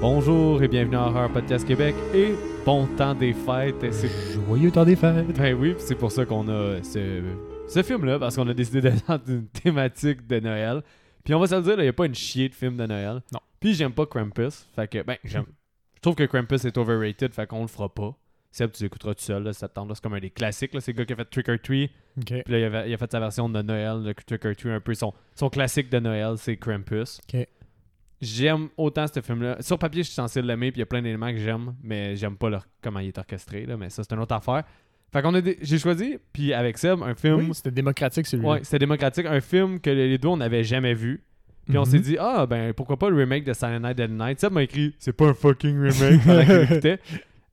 Bonjour et bienvenue à Horror Podcast Québec et bon temps des fêtes. C'est- Joyeux temps des fêtes. Ben oui, pis c'est pour ça qu'on a ce, ce film-là, parce qu'on a décidé d'aller dans une thématique de Noël. Puis on va se le dire, il n'y a pas une chier de film de Noël. Non. Puis j'aime pas Krampus. Fait que, ben, j'aime. Je trouve que Krampus est overrated, fait qu'on le fera pas. Seb, tu l'écouteras tout seul, là, septembre. là, C'est comme un des classiques, là. C'est le gars qui a fait Trick or Treat. Ok. Puis là, il, avait- il a fait sa version de Noël, le Trick or Treat, un peu son, son classique de Noël, c'est Krampus. Ok. J'aime autant ce film-là. Sur papier, je suis censé l'aimer, puis il y a plein d'éléments que j'aime, mais j'aime pas leur- comment il est orchestré, là, mais ça, c'est une autre affaire. Fait qu'on a des- j'ai choisi, puis avec Seb, un film. Oui, c'était démocratique celui-là. ouais, c'était démocratique, un film que les deux, on n'avait jamais vu. Puis Mhm. on s'est dit, ah, ben, pourquoi pas le remake de Silent Night Dead Night? Seb m'a écrit, c'est pas un fucking remake pendant qu'il l'écoutait.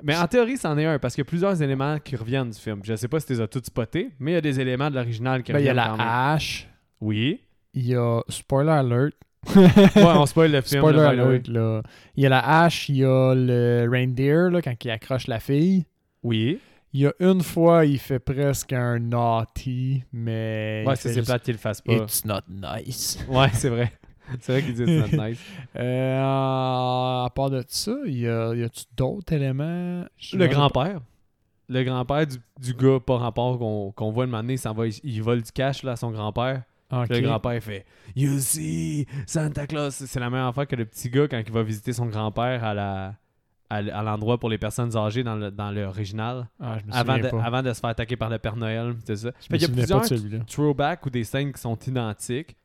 Mais en théorie, c'en est un, parce qu'il y a plusieurs éléments qui reviennent du film. Je sais pas si tu les as tous spotés, mais il y a des éléments de l'original qui Ben, il y a reviennent quand la même. hache. Oui. Il y a. Spoiler alert. Ouais, on spoil le film. Spoiler là, by the way. alert, là. Il y a la hache, il y a le reindeer, là, quand il accroche la fille. Oui. Il y a une fois, il fait presque un naughty, mais. Ouais, il fait c'est c'est juste, plate qu'il le fasse pas. It's not nice. Ouais, c'est vrai. C'est vrai qu'ils disent c'est not nice. Euh, à part de ça, il y a, il y a-tu d'autres éléments Je Le me rappelle grand-père. Le grand-père du, du gars pas rapport qu'on qu'on voit le moment donné, il s'en va, il, il vole du cash là, à son grand-père. pas. Puis Ok. Le grand-père il fait You see, Santa Claus. C'est la même affaire que le petit gars quand il va visiter son grand-père à la à l- à l'endroit pour les personnes âgées dans le- dans l'original. Ah, je me Avant, de- souviens pas. avant de se faire attaquer par le Père Noël. C'est ça. Je Fait me qu'il y a souvenais pas plusieurs de celui-là. throwback ou des scènes qui sont identiques,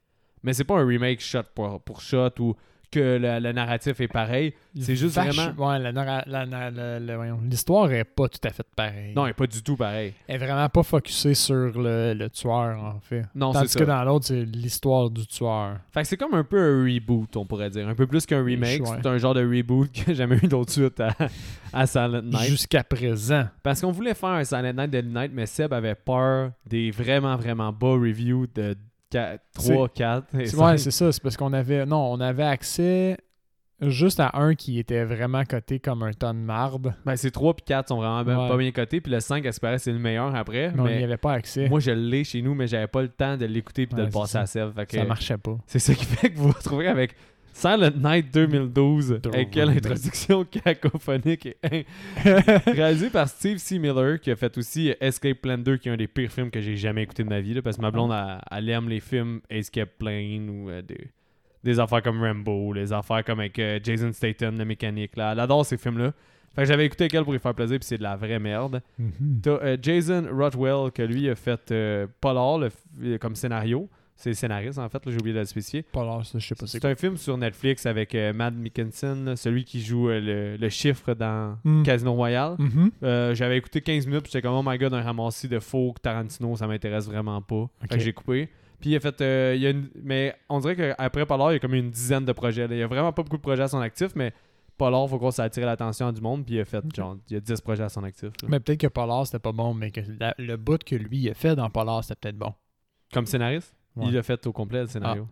mais c'est pas un remake shot pour, pour shot ou que le, le narratif est pareil. C'est juste Vache- vraiment- Ouais, la narra- la- la- la- la- voyons, l'histoire est pas tout à fait pareille. Non, il est pas du tout pareil. Elle est vraiment pas focusée sur le, le tueur, en fait. Non, c'est Tandis que ça. dans l'autre, c'est l'histoire du tueur. Fait que c'est comme un peu un reboot, on pourrait dire. Un peu plus qu'un remake. Ouais. C'est un genre de reboot que j'ai jamais eu d'autre suite à, à Silent Night. Jusqu'à présent. Parce Parce qu'on voulait faire un Silent Night Deadly Night, mais Seb avait peur des vraiment, vraiment bas reviews de 3, 4 et c'est, cinq. ouais, c'est ça. C'est parce qu'on avait... Non, on avait accès juste à un qui était vraiment coté comme un ton de marbre. Ben, ces 3 puis 4 sont vraiment ben- Ouais. pas bien cotés. Puis le 5, à se paraît, c'est le meilleur après. Mais on n'y mais avait pas accès. moi, je l'ai chez nous, mais j'avais pas le temps de l'écouter puis de Ouais, le c'est passer ça. à Seb. Fait que- Ça marchait pas. C'est ça qui fait que vous vous retrouvez avec Silent Night 2012, Drôle. avec quelle introduction cacophonique et in- réalisée par Steve C. Miller, qui a fait aussi Escape Plan 2, qui est un des pires films que j'ai jamais écouté de ma vie, là, parce que ma blonde, elle, elle aime les films Escape Plan ou euh, des, des affaires comme Rambo, les affaires comme avec euh, Jason Statham, le mécanique. Là. Elle adore ces films-là. Fait que j'avais écouté avec elle pour lui faire plaisir, puis c'est de la vraie merde. T'as euh, Jason Rodwell, que lui a fait euh, Polar le f- comme scénario. C'est le scénariste, en fait, là, j'ai oublié de le spécifier. Pas là, ça, je sais pas c'est C'est un film sur Netflix avec euh, Matt Mickinson, là, celui qui joue euh, le, le chiffre dans Mm. Casino Royale. quoi. Mhm. Euh, J'avais écouté 15 minutes, puis j'étais comme, oh my god, un ramassis de faux Tarantino, ça m'intéresse vraiment pas. Fait que Ok. j'ai coupé. Puis il a fait. euh, il y a une- Mais on dirait qu'après Polar, il y a comme une dizaine de projets. là. Il y a vraiment pas beaucoup de projets à son actif, mais Polar, faut qu'on s'attire l'attention du monde, puis il a fait, Ok. genre, il y a 10 projets à son actif. là. Mais peut-être que Polar, c'était pas bon, mais que la- le bout que lui il a fait dans Polar, c'était peut-être bon. Comme scénariste, Ouais. Ah. il l'a fait au complet, le scénario.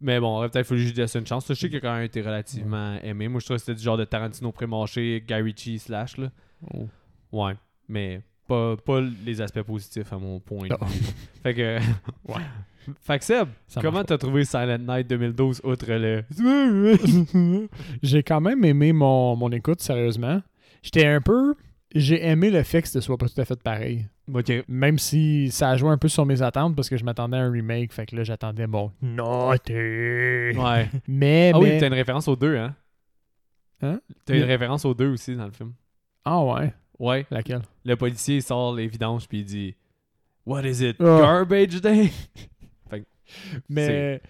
Mais bon, aurait peut-être fallu juste laisser une chance. Je sais qu'il a quand même été relativement aimé. Moi, je trouve que c'était du genre de Tarantino pré-marché, Guy Ritchie slash. Là. Ouais, mais pas, pas les aspects positifs à mon point. de Non. vue. Fait que... ouais. Fait que Seb, Ça marche comment t'as trouvé Silent Night 2012 outre le... J'ai quand même aimé mon, mon écoute, sérieusement. J'étais un peu. J'ai aimé le fait que ce soit pas tout à fait pareil. Ok. Même si ça a joué un peu sur mes attentes parce que je m'attendais à un remake, fait que là j'attendais mon Naughty. Ouais. Mais. Ah oui, mais... t'as une référence aux deux, hein? Hein? T'as une Mais- référence aux deux aussi dans le film. ah ouais, Ouais. laquelle Le policier il sort les vidanges puis il dit... What is it? Ah. Garbage day? Mais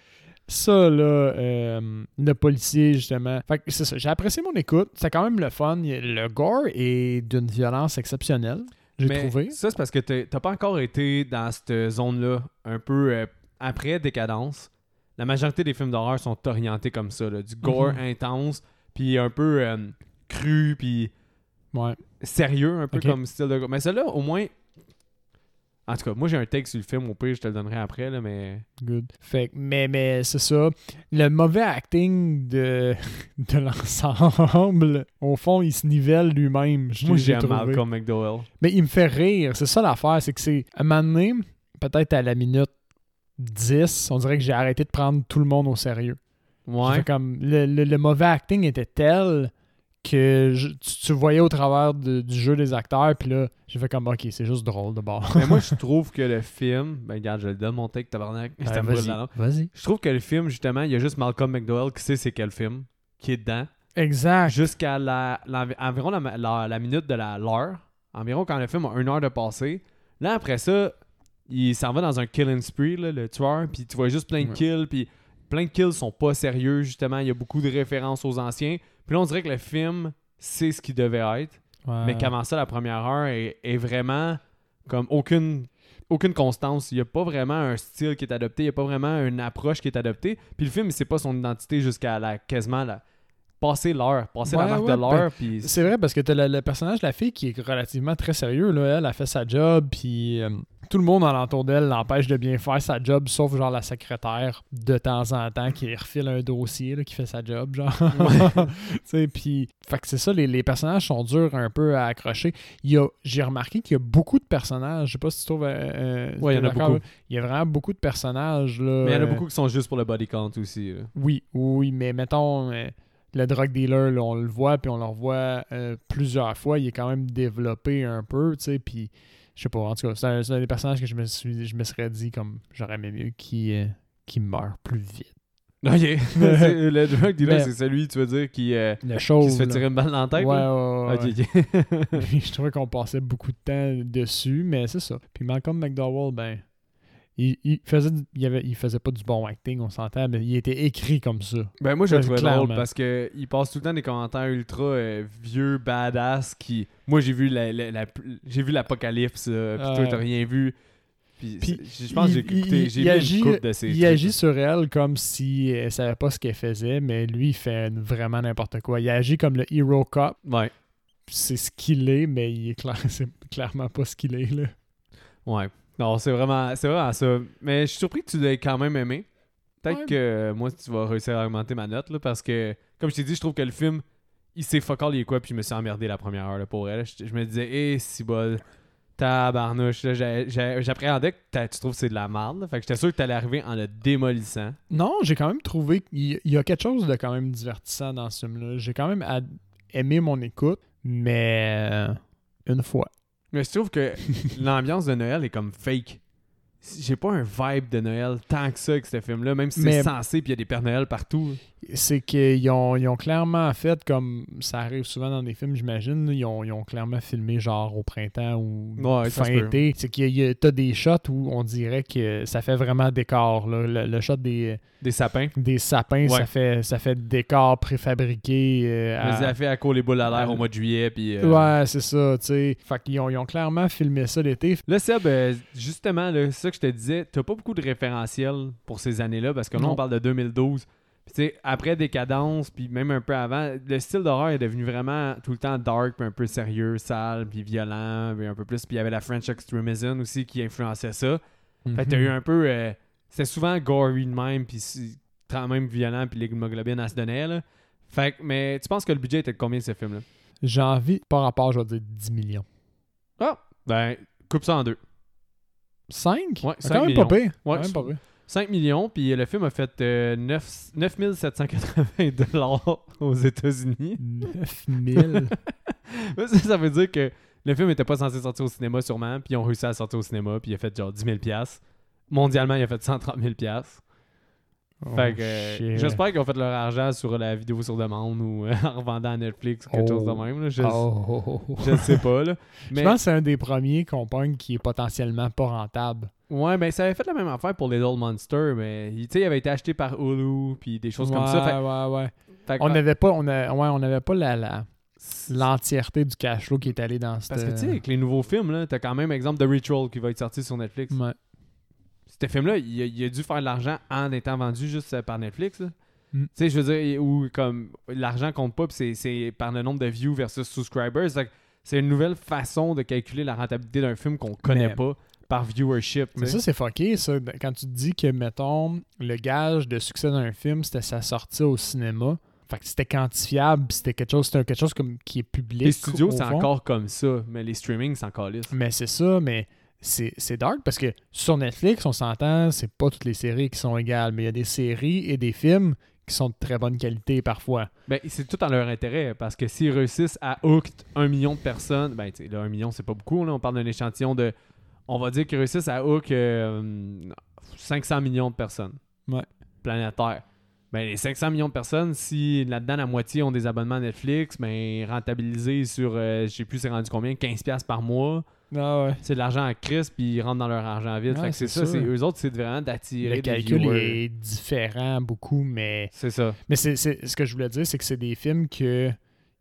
ça, là, euh, le policier, justement. Fait que c'est ça. J'ai apprécié mon écoute. C'était quand même le fun. Il y a- Le gore est d'une violence exceptionnelle, j'ai Mais trouvé. Ça, c'est parce que t'es- t'as pas encore été dans cette zone-là, un peu euh, après décadence. La majorité des films d'horreur sont orientés comme ça, là, du gore Mhm. intense, puis un peu euh, cru, puis Ouais. sérieux, un peu Ok. comme style de gore. Mais celle-là, au moins. En tout cas, moi j'ai un texte sur le film, au pire, je te le donnerai après, là, mais. Good. Fait que- mais, mais c'est ça. Le mauvais acting de, de l'ensemble, au fond, il se nivelle lui-même. je Moi l'ai j'aime trouvé. Malcolm McDowell. Mais il me fait rire. C'est ça l'affaire. C'est que c'est. À un moment donné, peut-être à la minute 10, on dirait que j'ai arrêté de prendre tout le monde au sérieux. Ça Ouais. fait comme le, le- le mauvais acting était tel que je- tu, tu voyais au travers de- du jeu des acteurs, puis là, j'ai fait comme, ok, c'est juste drôle de bord. Mais moi, je trouve que le film. Ben, regarde, je le donne mon take, tabarnak. Ça me brûle la langue. Ben, Vas-y. Je trouve que le film, justement, il y a juste Malcolm McDowell qui sait c'est quel film, qui est dedans. Exact. Jusqu'à la, l'envi- environ la, ma- la- la minute de la, l'heure, environ quand le film a une heure de passé. Là, après ça, il s'en va dans un kill and spree, là, le tueur, puis tu vois juste plein de Ouais. kills, puis plein de kills sont pas sérieux, justement. Il y a beaucoup de références aux anciens. Puis là, on dirait que le film, c'est ce qu'il devait être. Ouais. Mais qu'avant ça, la première heure est, est vraiment comme aucune, aucune constance. Il n'y a pas vraiment un style qui est adopté, il n'y a pas vraiment une approche qui est adoptée. Puis le film, c'est pas son identité jusqu'à la, quasiment la, passer l'heure, passer la Ouais, marque ouais, ben, de l'heure. puis C'est vrai parce que t'as le, le personnage de la fille qui est relativement très sérieux, là. Elle a fait sa job, puis euh, tout le monde alentour d'elle l'empêche de bien faire sa job, sauf genre la secrétaire de temps en temps qui refile un dossier, là, qui fait sa job, genre. tu sais, puis. Fait que c'est ça, les, les personnages sont durs un peu à accrocher. Il y a- J'ai remarqué qu'il y a beaucoup de personnages. Je sais pas si tu trouves. euh, euh, Ouais, il y en a d'accord, beaucoup. là. Il y a vraiment beaucoup de personnages, là. mais il y en a euh, beaucoup qui sont juste pour le body count aussi. là. oui, oui, mais mettons, euh, le drug dealer, là, on le voit, puis on le revoit euh, plusieurs fois. Il est quand même développé un peu, tu sais, puis je sais pas, en tout cas, c'est un, c'est un des personnages que je me, suis, je me serais dit comme j'aurais aimé mieux qui meurt plus vite. Ok. C'est- le drug dealer, Mais- c'est celui, tu veux dire, qui, euh, Le qui show. se fait Ben là. tirer une balle dans la tête. Ouais, là? ouais, ouais, Ok, ouais. ok. je trouvais qu'on passait beaucoup de temps dessus, mais c'est ça. Puis Malcolm McDowell, ben, il, il faisait, du- il, avait, il faisait pas du bon acting, on s'entend, mais il était écrit comme ça. Ben moi je le Ouais, trouvais clairement. drôle parce que il passe tout le temps des commentaires ultra euh, vieux badass qui moi j'ai vu la, la- la- j'ai vu l'apocalypse euh, puis toi Ouais. t'as rien vu puis Puis c'est- je pense que j'ai il- écouté il- j'ai il lu agit- une coupe de ces Il trucs. agit sur elle comme si elle savait pas ce qu'elle faisait, mais lui, il fait vraiment n'importe quoi. Il agit comme le Hero Cop. ouais C'est ce qu'il est, mais il est clair- c'est clairement pas ce qu'il est. Là. ouais non c'est vraiment c'est vraiment ça mais je suis surpris que tu l'aies quand même aimé peut-être Ouais. que euh, moi tu vas réussir à augmenter ma note là, parce que comme je t'ai dit je trouve que le film il s'est fuck all, il est quoi puis je me suis emmerdé la première heure là, pour elle je, je me disais eh si bol Tabarnouche, là, j'a- j'a- j'appréhendais que t'as- tu trouves que c'est de la merde. là. Fait que j'étais sûr que t'allais arriver en le démolissant. Non, j'ai quand même trouvé qu'il il y a quelque chose de quand même divertissant dans ce film-là. J'ai quand même ad- aimé mon écoute, mais euh, une fois. Mais je trouve que l'ambiance de Noël est comme fake. J'ai pas un vibe de Noël tant que ça que ce film-là, même si c'est Mais- censé puis il y a des Pères Noël partout. c'est qu'ils ont, ils ont clairement fait, comme ça arrive souvent dans des films, j'imagine, là, ils ont, ils ont clairement filmé genre au printemps ou Ouais, ça fin se peut. été. C'est qu'il y a- t'as des shots où on dirait que ça fait vraiment décor. là. Le, le shot des, Des sapins. des sapins, Ouais. ça fait ça fait décor préfabriqué. euh, à- On les a fait à court les boules à l'air au mois de juillet. Puis, euh, Ouais, c'est ça, tu sais. Fait qu'ils ont, ils ont clairement filmé ça l'été. Là, Seb, euh, justement, là, c'est ça que je te disais, t'as pas beaucoup de référentiels pour ces années-là parce que là, on Non. parle de 2012. Puis, tu sais, après Décadence, puis même un peu avant, le style d'horreur est devenu vraiment tout le temps dark, puis un peu sérieux, sale, puis violent, puis un peu plus. Puis il y avait la French Extremism aussi qui influençait ça. Fait que t'as eu un peu. euh, c'était souvent gory de même, puis si- quand même violent, puis l'hémoglobine, elle se donnait, là. Fait que, mais tu penses que le budget était de combien de ce film-là J'ai envie, par rapport, je vais dire 10 millions. Ah Ben, coupe ça en deux. 5? Ouais, cinq quand même millions. pas pire. Ouais, quand même pas pire. 5 millions, puis le film a fait euh, 9 9780 aux États-Unis. 9000. ça, ça veut dire que le film était pas censé sortir au cinéma, sûrement, puis ils ont réussi à le sortir au cinéma, puis il a fait genre 10 000 Mondialement, il a fait 130 000 Oh, Fait que, euh, j'espère qu'ils ont fait leur argent sur la vidéo sur demande ou euh, en revendant à Netflix ou quelque Oh. chose de même. là. Je, Oh, oh, oh, oh. je ne sais pas. Là. Mais, Je pense que c'est un des premiers qu'on pogne qui est potentiellement pas rentable. ouais, ben, ça avait fait la même affaire pour Little Monster, mais il, tu sais, il avait été acheté par Hulu puis des choses comme ça. Fait- ouais, ouais. fait que- On n'avait pas, on a- ouais, on n'avait pas la, la- c'est- l'entièreté du cash flow qui est allé dans cette... Parce que tu sais, avec les nouveaux films, là, t'as quand même exemple The Ritual qui va être sorti sur Netflix. Ouais. Ce film-là, il, a- il a dû faire de l'argent en étant vendu juste euh, par Netflix. là. Mm. Tu sais, je veux dire, il- ou comme l'argent compte pas, puis c'est- c'est par le nombre de views versus subscribers. Fait que C'est une nouvelle façon de calculer la rentabilité d'un film qu'on connaît Mais- pas par viewership. tu Mais sais. ça, c'est fucké, ça. Quand tu te dis que, mettons, le gage de succès d'un film, c'était sa sortie au cinéma. Fait que c'était quantifiable, puis c'était quelque chose, c'était quelque chose comme, qui est public. les studios, au c'est fond. encore comme ça, mais les streamings, c'est encore lisse. Mais c'est ça, mais c'est c'est dark parce que sur Netflix, on s'entend, c'est pas toutes les séries qui sont égales, mais il y a des séries et des films qui sont de très bonne qualité parfois. Ben, c'est tout en leur intérêt parce que s'ils réussissent à hook un million de personnes, ben, tu sais, là, un million, c'est pas beaucoup. Là, on parle d'un échantillon de. On va dire qu'ils réussissent à hook euh, 500 millions de personnes. Ouais. Planétaire. Ben, les 500 millions de personnes, si là-dedans la moitié ont des abonnements Netflix, ben, rentabilisés sur, euh, je sais plus, c'est rendu combien, 15$ par mois, Ah ouais. c'est de l'argent à crise, puis ils rentrent dans leur argent vite. Ouais, Fait que c'est c'est ça, sûr. c'est eux autres, c'est vraiment d'attirer des Le calcul viewers. est différent beaucoup, mais C'est ça. Mais c'est, c'est- ce que je voulais dire, c'est que c'est des films que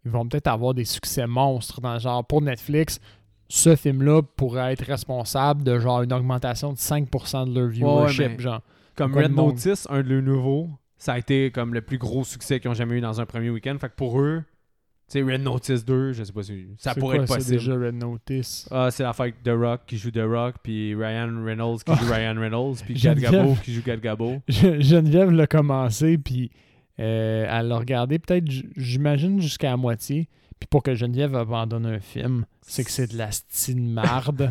ils vont peut-être avoir des succès monstres dans le genre pour Netflix. Ce film-là pourrait être responsable de genre une augmentation de 5% de leur viewership, mais- genre. Comme Comme Red mon- Notice, un de leurs nouveaux, ça a été comme le plus gros succès qu'ils ont jamais eu dans un premier week-end. Fait que pour eux, tu sais, Red Notice 2, je sais pas si ça C'est pourrait quoi, être C'est possible. déjà Red Notice. Ah, c'est la avec The Rock qui joue The Rock, puis Ryan Reynolds qui joue Ryan Reynolds, puis Gad Ah. Geneviève. Gabo qui joue Gad Gabo. Je- Geneviève l'a commencé, puis euh, elle l'a regardé peut-être, j- j'imagine, jusqu'à la moitié. Puis pour que Geneviève abandonne un film, c'est que c'est de la stine marde.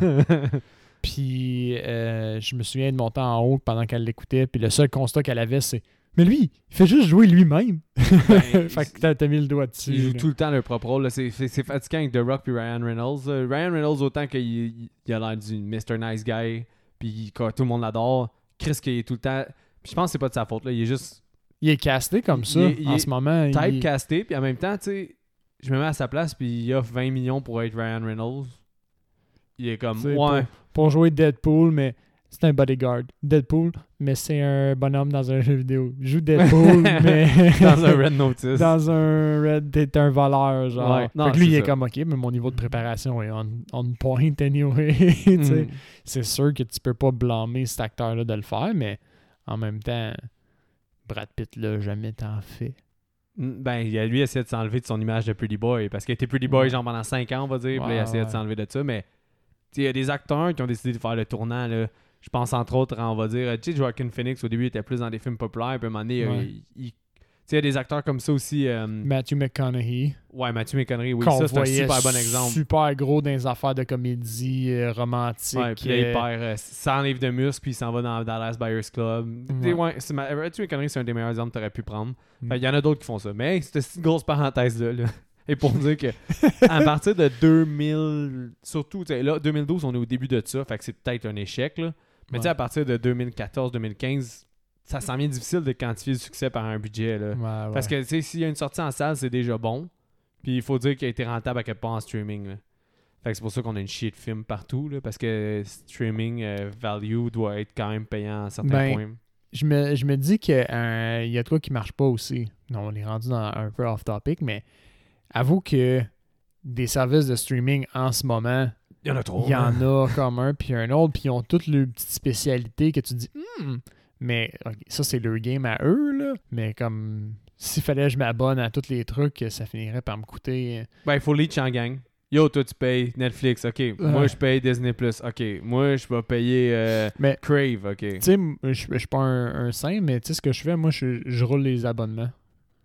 Puis euh, je me souviens de monter en haut pendant qu'elle l'écoutait. Puis le seul constat qu'elle avait, c'est Mais lui, il fait juste jouer lui-même. Ben, fait que t'as- t'as mis le doigt dessus. Ils jouent là. tout le temps leur propre rôle. là. C'est c'est- c'est fatigant avec The Rock puis Ryan Reynolds. Euh, Ryan Reynolds, autant qu'il il- il a l'air du Mr. Nice Guy, puis que tout le monde l'adore, Chris qui est tout le temps. Puis je pense que c'est pas de sa faute. Là. Il est juste Il est casté comme ça Il est- il en est ce moment. il- typecasté, puis en même temps, tu sais, je me mets à sa place, puis il offre 20 millions pour être Ryan Reynolds. Il est comme, C'est ouais, pour jouer Deadpool, mais c'est un bodyguard. Deadpool, mais c'est un bonhomme dans un jeu vidéo. Il Joue Deadpool, mais. dans un Red Notice. Dans un Red, t'es un voleur, genre. Ouais. Non, fait que lui, c'est il est ça. comme, OK, mais mon niveau de préparation est on, on point anyway. tu sais. Mm. c'est sûr que tu peux pas blâmer cet acteur-là de le faire, mais en même temps, Brad Pitt l'a jamais tant fait. Mm, Ben, il a lui essayé de s'enlever de son image de Pretty Boy, parce qu'il était Pretty Boy Ouais. genre pendant 5 ans, on va dire, puis là, il Ouais, a essayé de ouais. s'enlever de ça, mais tu sais, il y a des acteurs qui ont décidé de faire le tournant, là. Je pense entre autres, à, on va dire, euh, tu sais, Joaquin Phoenix, au début, il était plus dans des films populaires, puis à un moment donné, euh, Ouais. il- il- tu sais, il y a des acteurs comme ça aussi. euh, Matthew McConaughey, ouais, Mathieu McConaughey, oui, qu'on ça, c'est un voyait super bon exemple. super gros dans les affaires de comédie euh, romantique. Ouais, puis là, il euh, perd euh, 100 livres de muscle, puis il s'en va dans Dallas Buyers Club. Ouais. Des- Ouais. c'est ma- euh, tu sais, conneries, c'est un des meilleurs exemples que tu aurais pu prendre. Mm. Fait, Il y en a d'autres qui font ça. Mais hey, c'est une grosse parenthèse-là. là. Et pour dire que à partir de 2000, surtout, tu sais, là, 2012, on est au début de ça, fait que c'est peut-être un échec. Là. Mais tu sais, à partir de 2014-2015, ça sent bien difficile de quantifier le succès par un budget. Là. ouais, ouais. Parce que, tu sais, s'il y a une sortie en salle, c'est déjà bon. Puis il faut dire qu'il a été rentable à quelque part en streaming. là. Fait que c'est pour ça qu'on a une chier de films partout, là, parce que streaming euh, value doit être quand même payant à certains Ben, points. je me, je me dis que euh, il y a de quoi qui marche pas aussi. Non, on est rendu dans un peu off topic, mais avoue que des services de streaming en ce moment, Il y en a hein. trop. Il y en a comme un puis un autre, puis ils ont toutes leurs petites spécialités que tu dis, Hmm, mais ok, ça, c'est leur game à eux, là. Mais comme, s'il fallait que je m'abonne à tous les trucs, ça finirait par me coûter. Ben, il faut leach en gang. Yo, toi, tu payes Netflix, ok. Moi, je paye Disney+. Ok. Moi, je vais payer euh, Mais- Crave, ok. Tu sais, m- je je suis pas un, un saint, mais tu sais, ce que je fais, moi, je, je roule les abonnements.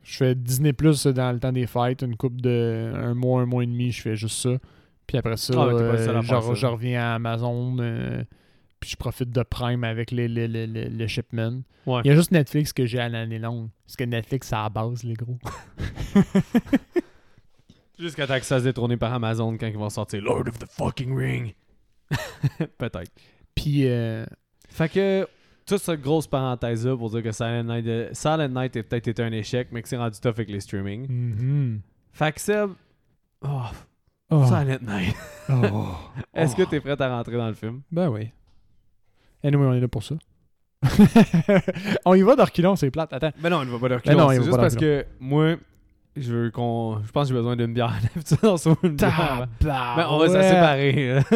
Je fais Disney Plus dans le temps des fêtes, une coupe de un mois, un mois et demi, je fais juste ça. Puis après ça, Ah ouais, t'es pas le seul à euh, faire je, ça. je reviens à Amazon, euh, puis je profite de Prime avec les, les, les- les- le shipment. Ouais. Il y a juste Netflix que j'ai à l'année longue. Parce que Netflix, c'est à la base, les gros. Jusqu'à temps que ça se détourne par Amazon quand ils vont sortir Lord of the fucking Ring. Peut-être. Puis, euh, Fait que, toute cette grosse parenthèse-là pour dire que Silent Night, euh, Silent Night a peut-être été un échec, mais que c'est rendu tough avec les streamings. Fait que Seb, oh, Oh, Silent Night. oh, Est-ce que oh. t'es prêt à rentrer dans le film? Ben oui. Anyway, on est là pour ça. on y va d'Arquilon, c'est plate. Attends. Ben non, il va pas le Ben non, il C'est va juste pas le parce que moi, je veux qu'on. Je pense que j'ai besoin d'une bière. D'habitude, on se roule une bière avant. Ben, on va s'en séparer. là.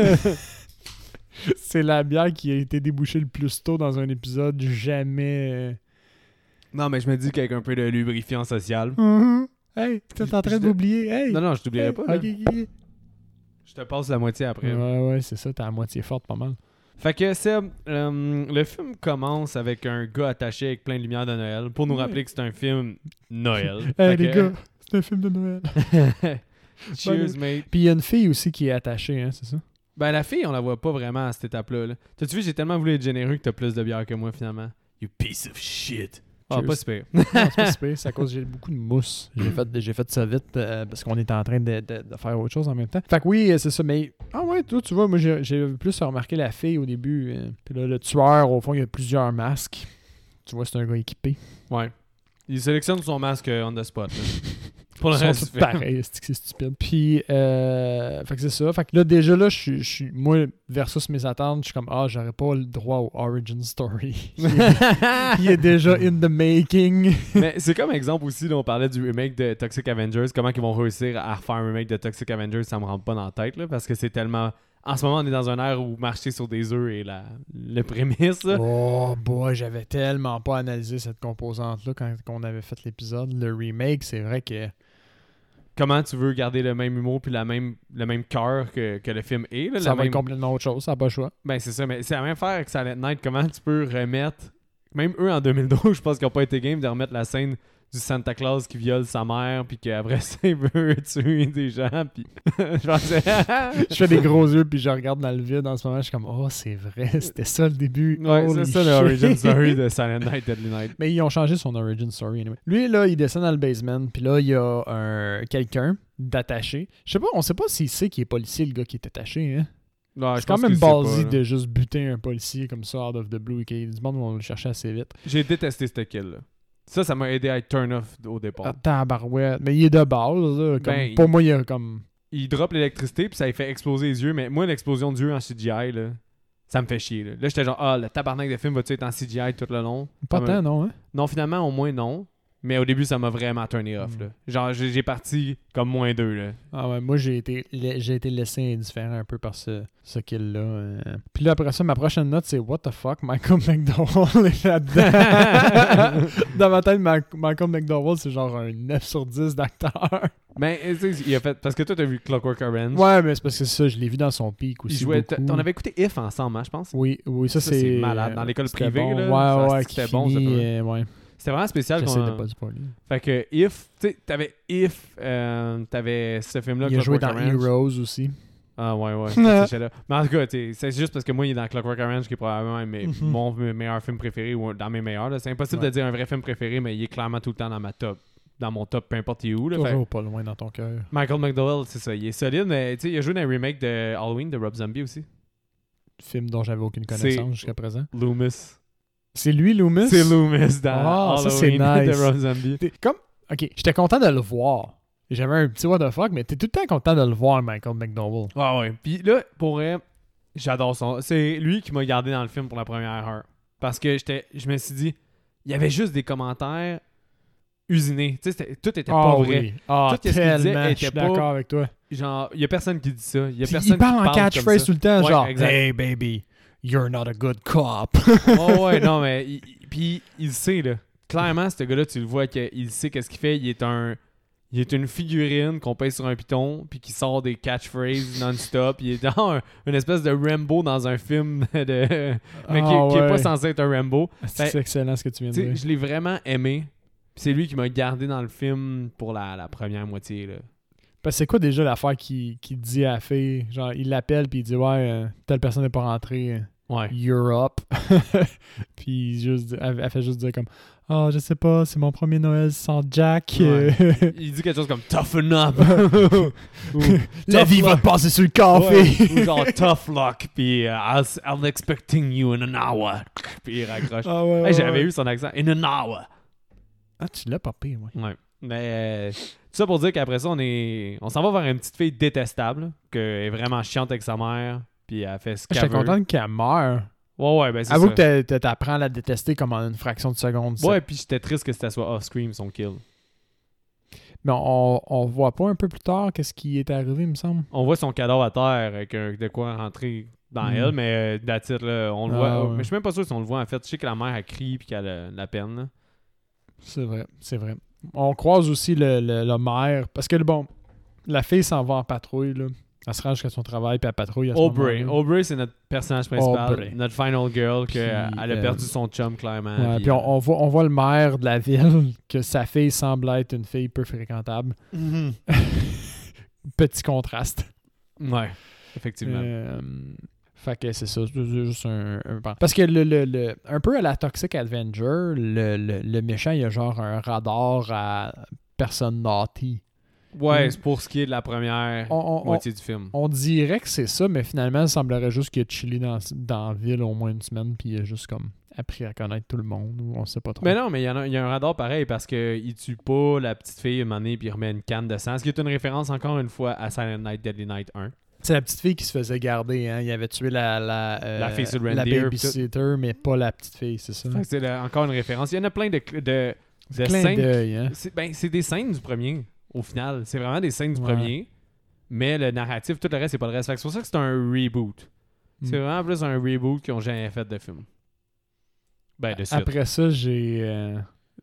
C'est la bière qui a été débouchée le plus tôt dans un épisode jamais. euh. non, mais je me dis qu'avec un peu de lubrifiant social. Hey, t'es en Mm-hmm. Je- train de m'oublier. Hey! Non, non, je t'oublierai hey, pas. là. ok, ok, ok. Je te passe la moitié après. Ouais, ouais, c'est ça, t'es à moitié forte, pas mal. Fait que Seb, euh, le film commence avec un gars attaché avec plein de lumières de Noël pour nous Ouais. rappeler que c'est un film Noël. Mm. Hey, Fait les que- gars, c'est un film de Noël. Cheers, mate. Puis il y a une fille aussi qui est attachée, hein, c'est ça? Ben, la fille, on la voit pas vraiment à cette étape-là. là. T'as-tu vu, j'ai tellement voulu être généreux que t'as plus de bière que moi, finalement. You piece of shit. Ah, Cheers. pas si pire. Non, c'est pas si pire, c'est à cause que j'ai beaucoup de mousse. J'ai fait, j'ai fait ça vite euh, parce qu'on était en train de, de- de faire autre chose en même temps. Fait que oui, euh, c'est ça, mais. Ah ouais, toi, tu vois, moi, j'ai j'ai plus remarqué la fille au début. euh. Puis là, le tueur, au fond, il y a plusieurs masques. Tu vois, c'est un gars équipé. Ouais. Il sélectionne son masque euh, on the spot. là. Pour le Ils sont reste, tous du film. pareils, c'est que c'est stupide. Puis, euh, fait que c'est ça. Fait que là, déjà, là, je suis- je suis. Moi, versus mes attentes, je suis comme, ah, j'aurais pas le droit au Origin Story. il, est, il est déjà in the making. Mais c'est comme exemple aussi, là, on parlait du remake de Toxic Avengers, comment ils vont réussir à refaire un remake de Toxic Avengers, ça me rentre pas dans la tête, là, parce que c'est tellement... En ce moment, on est dans un air où marcher sur des œufs est la... le prémisse. là. Oh boy, j'avais tellement pas analysé cette composante-là quand on avait fait l'épisode. Le remake, c'est vrai que. Comment tu veux garder le même humour puis la même, le même cœur que, que le film est. là, la Ça va même- être complètement autre chose, ça n'a pas le choix. Ben c'est ça, mais c'est la même affaire avec Silent Night. Comment tu peux remettre... Même eux, en 2012, je pense qu'ils n'ont pas été game de remettre la scène du Santa Claus qui viole sa mère puis qu'après ça, il veut tuer des gens. Puis... je pensais... Je fais des gros yeux puis je regarde dans le vide en ce moment, je suis comme Oh, c'est vrai, c'était ça le début. Ouais, Holy c'est ça le shit. origin story de Silent Night, Deadly Night. Mais ils ont changé son origin story anyway. Lui là, il descend dans le basement, puis là il y a un quelqu'un d'attaché. Je sais pas, on sait pas s'il sait qu'il est policier le gars qui est attaché hein. Ouais, Ah, je c'est quand pense même qu'il sait basé pas, là. de juste buter un policier comme ça out of the blue et qu'il y a du monde où on le cherchait assez vite. J'ai détesté ce kill-là. Ça, ça m'a aidé à être turn off au départ. Attends, barouette, mais il est de base là, comme- Ben, pour moi il y a comme Il drop l'électricité, puis ça lui fait exploser les yeux. Mais moi, l'explosion d'yeux en CGI, là, ça me fait chier. Là, Là, j'étais genre, ah, le tabarnak de film va-tu être en CGI tout le long? pas Comme tant un- non hein. Non, finalement, au moins, non. Mais au début, ça m'a vraiment turné off. Mm. Là. Genre, j'ai j'ai parti comme moins deux. Là. Ah ouais, moi j'ai été la- j'ai été laissé indifférent un peu par ce, ce kill là. Puis là après ça ma prochaine note c'est what the fuck Michael McDowell est là-dedans. Dans ma tête Ma- Michael McDowell c'est genre un 9 sur 10 d'acteur. Mais, euh, tu sais, il a fait. Parce que toi, t'as vu Clockwork Orange. Ouais, mais c'est parce que ça je l'ai vu dans son Mm. pic Il aussi. jouait. t- beaucoup. On avait écouté If ensemble, hein, je pense. Oui, oui, ça, Ça, c'est euh, c'est malade. Dans l'école c'était privée, bon. là, Ouais, ça, ouais, c'était qui bon, ça, hein. finit, toi. euh, ouais. C'était vraiment spécial. J'essaie qu'on- de pas du spoiler. Fait que If, tu sais, t'avais If, euh, t'avais ce film-là. Il a joué dans Clockwork Orange. Heroes aussi. Ah ouais, ouais. c'est ce chef-là. Mais en tout cas, t'sais, c'est juste parce que moi, il est dans Clockwork Orange qui est probablement mes- Mhm. mon me- meilleur film préféré ou dans mes meilleurs. là. C'est impossible Ouais. de dire un vrai film préféré, mais il est clairement tout le temps dans ma top. Dans mon top, peu importe il est où. là. Fait- Toujours pas loin dans ton cœur. Michael McDowell, c'est ça. Il est solide, mais t'sais, il a joué dans un remake de Halloween de Rob Zombie aussi. Film dont j'avais aucune C'est- connaissance jusqu'à présent. Loomis. C'est lui, Loomis C'est Loomis dans Ah, ça, c'est Halloween nice. de Rob Zombie. T'es- comme OK, j'étais content de le voir. J'avais un petit what the fuck, mais t'es tout le temps content de le voir, Michael McDowell. Ah ouais. Puis là, pour vrai, j'adore son. C'est lui qui m'a gardé dans le film pour la première heure. Parce que j'étais, je me suis dit, il y avait juste des commentaires usinés. Tu sais, c'était- tout était pas Ah vrai. oui. Ah, Tout ce qu'il disait tellement, je était suis pas- d'accord avec toi. Genre, il y a personne qui dit ça. Il y a Puis personne il parle qui en catchphrase tout le temps, Ouais, genre exact. Hey baby, you're not a good cop. oh, ouais, non, mais il, il- puis il le sait là. Clairement, ce gars-là, tu le vois qu'il sait qu'est-ce qu'il fait. Il est un, il est une figurine qu'on pèse sur un piton, puis qui sort des catchphrases non-stop. Il est dans un- une espèce de Rambo dans un film de, mais qui, Ah qui est pas ouais. censé être un Rambo. C'est excellent ce que tu viens Tu de sais, dire. je l'ai vraiment aimé. Puis C'est lui qui m'a gardé dans le film pour la, la première moitié. Là. Parce que c'est quoi déjà l'affaire qui, qui dit à la fille Genre, il l'appelle puis il dit Ouais, euh, telle personne n'est pas rentrée, euh, Ouais. you're up. puis il juste, elle, elle fait juste dire comme Oh, je sais pas, c'est mon premier Noël sans Jack. Ouais. Euh, Il dit quelque chose comme Toughen up. ou, La Tough vie va luck. te passer sur le Ouais, café. ou genre Tough luck. Puis euh, I'll, I'll expecting you in an hour. Puis il raccroche. Ah ouais, Hey, J'avais ouais. eu son accent. In an hour. Ah, tu l'as pas pire, ouais. Ouais. Mais euh, tout ça pour dire qu'après ça, on est on s'en va vers une petite fille détestable. Qui est vraiment chiante avec sa mère. Puis elle fait ce qu'elle Ah, J'étais veut. contente qu'elle meure. Ouais, ouais, ben c'est Avoue ça. que t'as- t'as- t'apprends à la détester comme en une fraction de seconde. ça. Ouais, puis j'étais triste que ça soit off-screen son kill. Mais on, on voit pas un peu plus tard qu'est-ce qui est arrivé, il me semble. on voit son cadavre à terre avec un- de quoi rentrer dans Mm. elle, mais euh, that's it, là, on le Ah, voit. ouais. Mais je suis même pas sûr si on le voit en fait. Je sais que la mère a crié puis qu'elle a de la peine. là. C'est vrai, c'est vrai. On croise aussi le, le- le maire. Parce que, bon, la fille s'en va en patrouille, là. Elle se rend jusqu'à son travail, puis elle patrouille à ce Aubrey. moment-là. Aubrey, c'est notre personnage principal. Aubrey. Notre final girl, que, Puis, elle a euh, perdu son chum, clairement. Ouais, Euh, puis, puis on, on voit, on voit le maire de la ville, que sa fille semble être une fille peu fréquentable. Mhm. Petit contraste. Ouais, effectivement. Euh, Fait que c'est ça, c'est juste un, un pan- Parce que le, le- le- un peu à la Toxic Avenger, le, le- le méchant, il a genre un radar à personne naughty. Ouais, Mm. c'est pour ce qui est de la première On, on- on- moitié du film. on dirait que c'est ça, mais finalement, il semblerait juste qu'il a chillé dans, dans la ville au moins une semaine, puis il a juste comme appris à connaître tout le monde, ou on sait pas trop. Mais non, mais il y, en a- il y a un radar pareil parce qu'il tue pas la petite fille une année puis il remet une canne de sang. Ce qui est une référence encore une fois à Silent Night, Deadly Night 1. C'est la petite fille qui se faisait garder, hein. Il avait tué la, la, euh, La fille sur le la reindeer, babysitter, mais pas la petite fille, c'est ça. Fait que C'est là, encore une référence. Il y en a plein de. cl- de, de Clin scènes- d'œil, hein. c'est ben, c'est des scènes du premier, au final. C'est vraiment des scènes du Ouais. premier. Mais le narratif, tout le reste, c'est pas le reste. Fait que C'est pour ça que c'est un reboot. C'est Mm. vraiment plus un reboot qu'ils ont jamais fait de film. Ben, de suite. Hmm. Après ça, j'ai. euh,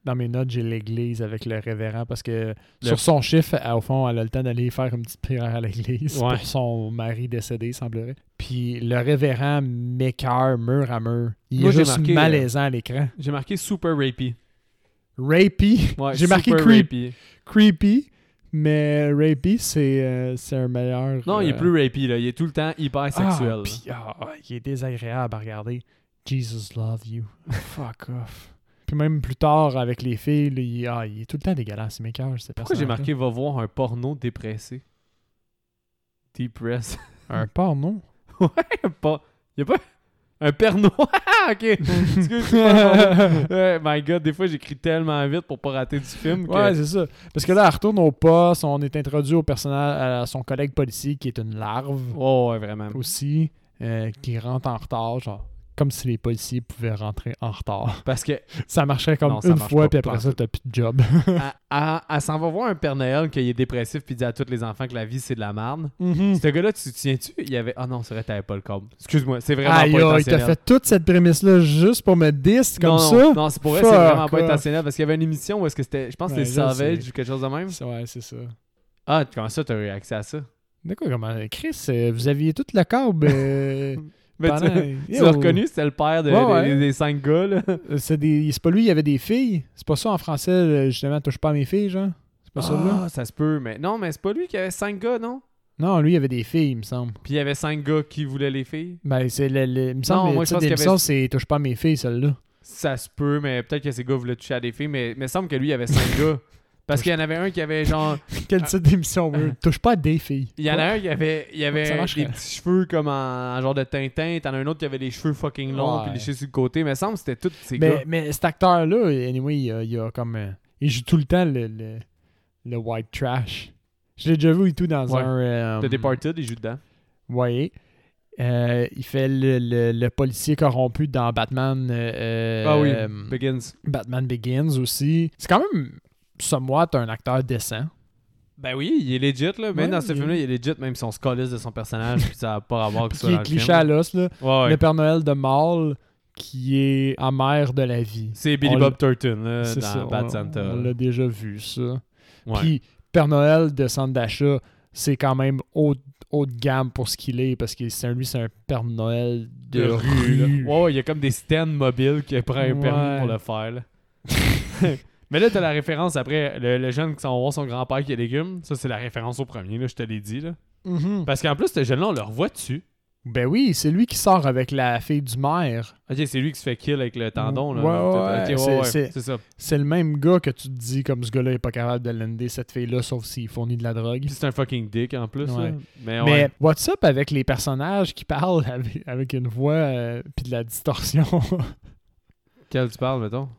dans mes notes, j'ai l'église avec le révérend parce que Le- sur son chiffre, à- au fond, elle a le temps d'aller faire une petite prière à l'église Ouais. pour son mari décédé, il semblerait. Puis le révérend m'écœure mur à mur. Il Moi, est j'ai juste marqué, euh, malaisant à l'écran. J'ai marqué Super Rapey. Rapey. Ouais, j'ai marqué super creep- rapey. creepy, mais rapey, c'est euh, c'est un meilleur. Non, il est euh, plus rapey, là. Il est tout le temps hyper sexuel. Ah, puis- ah, il est désagréable à regarder. Jesus love you. Fuck off. Puis même plus tard, avec les filles, là, il, ah, il est tout le temps dégueulasse. C'est mes cœurs, c'est Pourquoi j'ai marqué va voir un porno dépressé Depressed. Un porno. pas. Y a pas. Un perno. Ah, ok. Excuse-moi. Ouais, my god, des fois j'écris tellement vite pour pas rater du film que. Ouais, c'est ça. Parce que là, elle retourne au poste. On est introduit au personnage, à son collègue policier qui est une larve oh, ouais, vraiment. aussi, euh, qui rentre en retard, genre. Comme si les policiers pouvaient rentrer en retard. Parce que Ça marchait comme Non, ça une marche fois, pas, puis après pas en ça, t'as plus de job. elle, elle- elle s'en va voir un Père Noël qui est dépressif puis dit à tous les enfants que la vie c'est de la marne. Ce gars-là, tu te souviens-tu Il y avait. Ah non, c'est vrai, t'avais pas le câble. Excuse-moi, c'est vraiment Aïe, pas aïe, intentionnel. t'as fait toute cette prémisse-là juste pour me dire c'est comme non, ça? non, non, c'est pour vrai, c'est vraiment Fuck pas off. intentionnel parce qu'il y avait une émission où est-ce que c'était, je pense, que Ouais, c'était je Savage sais. ou quelque chose de même. C'est- Ouais, c'est ça. Ah, comment ça, t'as eu accès à ça? De quoi, comment? Chris, euh, vous aviez tout le câble. euh, Mais pendant- tu, tu Yo. l'as reconnu, c'était le père de- Ouais, des- ouais. Des, des cinq gars, là. Euh, C'est des... c'est pas lui, il y avait des filles. C'est pas ça en français, euh, justement, touche pas à mes filles, genre? C'est pas ça, là? Ah, ça se peut, mais non, mais c'est pas lui qui avait cinq gars, non? Non, lui, il y avait des filles, il me semble. Puis il y avait cinq gars qui voulaient les filles. Ben, c'est le, le- Il me semble Non, que moi, le je titre pense qu'il y d'émission, c'est touche pas à mes filles, celle-là. Ça se peut, mais peut-être que ces gars voulaient toucher à des filles, mais mais il me semble que lui, il y avait cinq gars. Parce qu'il y en avait un qui avait genre. Quel titre d'émission, weird? Euh, Touche pas à des filles. Il y en a un qui avait, il y Ça hein. avait marcherait. des petits cheveux comme en, en genre de Tintin. T'en as un autre qui avait les cheveux fucking longs Ouais. Ben, puis les cheveux sur le côté. Mais il me semble que c'était tous ces gars. Mais, mais cet acteur-là, anyway, il a, il a comme. euh, il joue tout le temps le, le, le white trash. Je l'ai déjà vu et tout dans Ouais. un. euh, The Departed, il joue dedans. Ouais. Euh, il fait le, le- le policier corrompu dans Batman. euh, ah oui, euh, Begins. Batman Begins aussi. C'est quand même, somewhat, un acteur décent. Ben oui, il est legit, là. Même Ouais, dans ce il est- film-là, il est legit, même si on se calisse de son personnage, puis ça n'a pas à voir que Puis ça. qui dans est le cliché film. à l'os, là. Ouais, ouais. Le Père Noël de Maul, qui est amer de la vie. C'est Billy on Bob Turton, là, C'est Euh, dans ça, on- Bad Santa. On là. l'a déjà vu, ça. Ouais. Puis Père Noël de centre d'achat, c'est quand même haut, haut de gamme pour ce qu'il est, parce que c'est un- lui, c'est un Père Noël de, rue. là. Ouais, ouais, il y a comme des stands mobiles qui prend un permis Ouais. pour le faire, là. Mais là, t'as la référence après, le, le jeune qui s'en va voir son grand-père qui a des légumes. Ça, c'est la référence au premier, là, je te l'ai dit, là. Mhm. Parce qu'en plus, ce jeune-là, on le revoit dessus. Ben oui, c'est lui qui sort avec la fille du maire. Ok, c'est lui qui se fait kill avec le tendon, là. Ouais, Ok, ouais, c'est- c'est- c'est ça. C'est le même gars que tu te dis comme ce gars-là est pas capable de lender cette fille-là, sauf s'il fournit de la drogue. Puis c'est un fucking dick, en plus, là. Ouais. Mais, ouais. Mais what's up avec les personnages qui parlent avec, avec une voix euh, puis de la distorsion? Quel tu parles, mettons?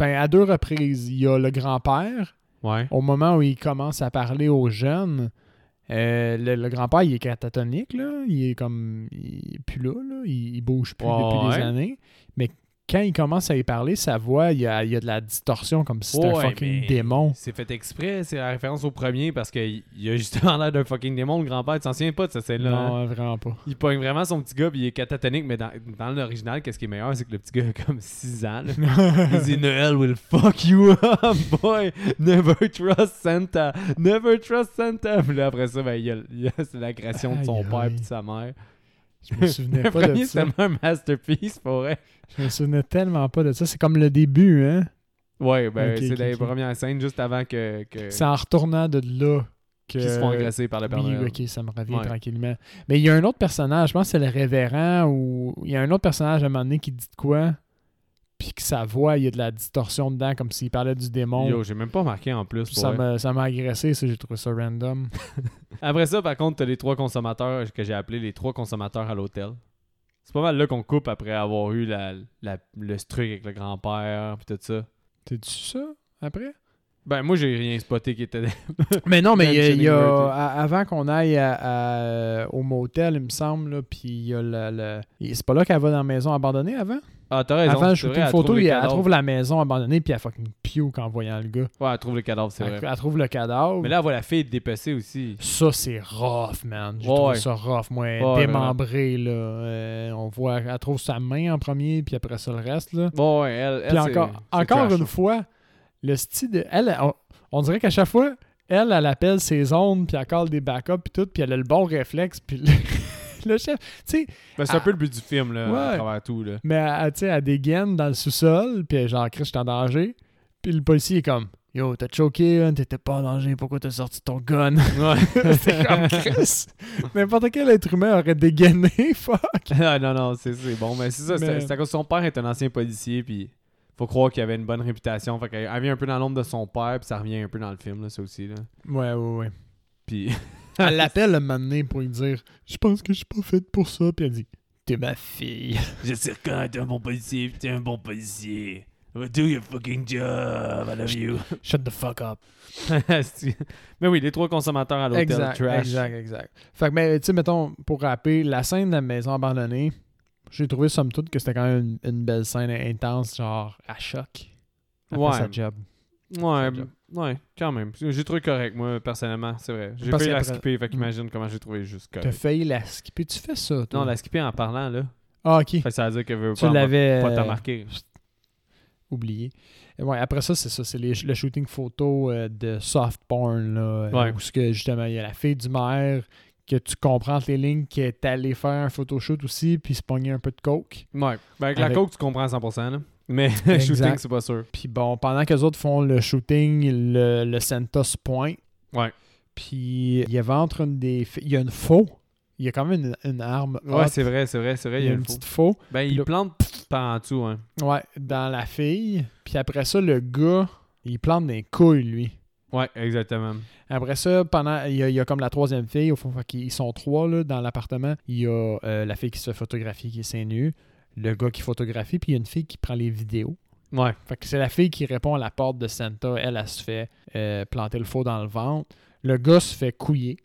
ben, à deux reprises, il y a le grand-père Ouais. au moment où il commence à parler aux jeunes, euh, le, le grand-père, il est catatonique, là. Il est comme... Il est plus là, là. Il, il bouge plus Ouais, depuis ouais. des années. Mais quand il commence à y parler, sa voix, il y a, il y a de la distorsion, comme si c'était Ouais, un fucking mais démon. C'est fait exprès, c'est la référence au premier parce qu'il il a justement l'air d'un fucking démon, le grand-père. Tu t'en souviens pas de cette scène-là? hein? Non, vraiment pas. Il pogne vraiment son petit gars, puis il est catatonique, mais dans, dans l'original, qu'est-ce qui est meilleur, c'est que le petit gars a comme 6 ans. là. il dit Noël will fuck you up, boy! Never trust Santa! Never trust Santa! Puis là, après ça, ben, il y a, il y a- c'est la création de son Aïe, père aïe. et de sa mère. Je me Le souvenais pas de premier, c'est ça. tellement un masterpiece pour vrai. Je me souvenais tellement pas de ça. C'est comme le début, hein? Ouais, ben, Ok, c'est ok, la ok. première scène juste avant que. que- C'est en retournant de là que. Qui se font agresser par le Père Oui, Noël. ok, ça me revient Ouais. tranquillement. Mais il y a un autre personnage, je pense que c'est le révérend, ou il y a un autre personnage à un moment donné qui dit de quoi, puis que sa voix, il y a de la distorsion dedans, comme s'il parlait du démon. Yo, j'ai même pas marqué en plus. pour ça vrai. m'a ça m'a agressé, ça, j'ai trouvé ça random. Après ça, par contre, t'as les trois consommateurs que j'ai appelés les trois consommateurs à l'hôtel. C'est pas mal là qu'on coupe après avoir eu la, la- le truc avec le grand-père puis tout ça. T'es tu ça après? Ben, moi, j'ai rien spoté qui était. Mais non, mais il y a- il y a- Mentioning à- avant qu'on aille à- à- au motel, il me semble, là, puis il y a le. le- et C'est pas là qu'elle va dans la maison abandonnée avant? Ah, t'as raison. avant de c'est vrai, shooter une elle photo, trouve les il- elle, cadavres. trouve la maison abandonnée, puis elle fucking puke en voyant le Ah, gars. Ouais, elle trouve le cadavre, c'est Elle, vrai. elle trouve le cadavre. Mais là, elle voit la fille dépecée aussi. Ça, c'est rough, man. J'ai Ouais, trouvé ouais. ça rough, moi. Ouais, démembré, là. Euh, on voit, elle trouve sa main en premier, puis après ça, le reste, là. Bon, ouais, elle. elle, Puis c'est- encore, c'est encore trash, une là. fois, le style de. Elle, on, on dirait qu'à chaque fois, elle, elle appelle ses ondes, puis elle colle des backups, puis tout, puis elle a le bon réflexe, puis le, le chef. Tu sais, Ben, c'est un peu le but du film, là, Ah. Ouais. à travers tout, là. mais elle, elle, tu sais, elle dégaine dans le sous-sol, puis elle, genre, Chris, je suis en danger. Puis le policier est comme. Yo, t'as choqué, hein, t'étais pas en danger, pourquoi t'as sorti ton gun? c'est comme Chris. N'importe quel être humain aurait dégainé, fuck. Ah, non, non, c'est c'est bon. Mais c'est ça, c'est Mais- c'est à cause que son père est un ancien policier, puis faut croire qu'il avait une bonne réputation. Fait qu'elle elle vient un peu dans l'ombre de son père, puis ça revient un peu dans le film, là, ça aussi, là. Ouais, ouais, ouais. Puis, Elle l'appelle le matin pour lui dire Je pense que je suis pas faite pour ça. Puis elle dit T'es ma fille. je sais quand t'es un bon policier, t'es un bon policier. Do your fucking job, I love you. Shut the fuck up. mais oui, les trois consommateurs à l'hôtel Exact, trash. exact, exact. Fait que, mais, tu sais, mettons, pour rappeler, la scène de la maison abandonnée, j'ai trouvé, somme toute, que c'était quand même une, une belle scène intense, genre à choc. Elle fait Ouais. sa job. Ouais, job. ouais, quand même. J'ai trouvé correct, moi, personnellement, c'est vrai. J'ai Parce failli la qu'après- skipper, fait qu'imagine comment j'ai trouvé juste T'as correct. failli la skipper. Tu fais ça, toi Non, la skipper en parlant, là. Ah, ok. Fait que ça veut dire qu'elle veut Tu pas, en- l'avais. pas euh, t'en marquer. oublié. Et ouais, après ça, c'est ça, c'est les- le shooting photo euh, de soft porn, là, Ouais. euh, où ce que, justement, il y a la fille du maire, que tu comprends entre les lignes, qui est allée faire un photoshoot aussi, puis se pogner un peu de coke. Ouais. Ben, avec, la Avec- coke, tu comprends à 100%, là. Mais Exact. shooting, c'est pas sûr. Puis bon, pendant que les autres font le shooting, le, le Santa se pointe. Ouais. Puis il y avait entre une des... fi- Il y a une faux. Il y a quand même une, une arme. Ouais, haute. c'est vrai, c'est vrai, c'est vrai, Il y a une faux. petite faux. Ben, Puis il là- plante par en dessous, hein. Ouais, dans la fille. Puis après ça, le gars, il plante des couilles, lui. Ouais, exactement. Après ça, pendant il y, a- il y a comme la troisième fille, au fond, fait qu'ils- ils sont trois là, dans l'appartement. Il y a euh, la fille qui se fait photographier, qui est seins nus, le gars qui photographie, puis il y a une fille qui prend les vidéos. Ouais. Fait que c'est la fille qui répond à la porte de Santa. Elle, elle se fait euh, planter le faux dans le ventre. Le gars se fait couiller.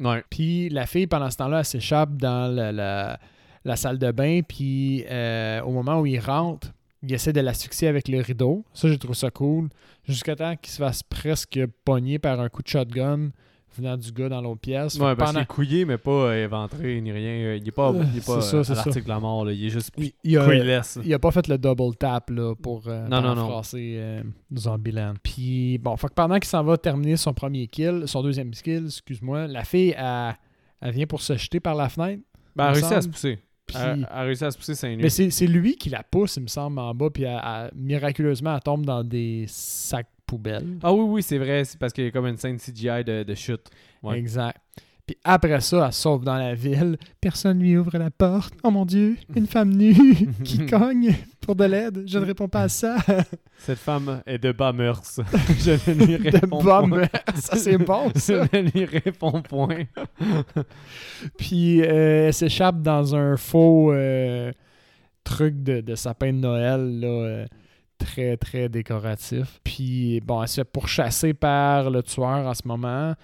Ouais. Puis la fille, pendant ce temps-là, elle s'échappe dans la, la- la salle de bain. Puis euh, au moment où il rentre, il essaie de l'asphyxier avec le rideau. Ça, j'ai trouvé ça cool. Jusqu'à temps qu'il se fasse presque pogner par un coup de shotgun venant du gars dans l'autre pièce. Fait Ouais, que parce qu'il pendant- est couillé, mais pas euh, éventré ni rien. Euh, Il est pas, Euh, il est pas c'est ça, euh, c'est à ça. l'article de la mort, là. Il est juste il, il a, couilless. il a pas fait le double tap là, pour euh, Non, non, non. paraphrasser, euh, Zombieland. Puis bon, fait que pendant qu'il s'en va terminer son premier kill, son deuxième kill, excuse-moi, la fille, elle, elle vient pour se jeter par la fenêtre. Ben, elle a il me réussi à se euh, semble. pousser. Puis- Elle elle a réussi à se pousser seins nus. Mais c'est c'est lui qui la pousse, il me semble, en bas, puis elle- elle- miraculeusement, elle tombe dans des sacs poubelles. Ah oui, oui, c'est vrai. C'est parce qu'il y a comme une scène CGI de, de chute. Ah, Ouais. Exact. Puis après ça, elle sauve dans la ville. Personne lui ouvre la porte. Oh mon Dieu, une femme nue qui cogne pour de l'aide. Je ne réponds pas à ça. Cette femme est de bas mœurs. Je ne lui De réponds bombe. point. Ça, c'est bon, ça. Je ne lui réponds point. Puis euh, elle s'échappe dans un faux euh, truc de, de sapin de Noël, là, euh, très, très décoratif. Puis bon, elle se fait pourchasser par le tueur en ce moment.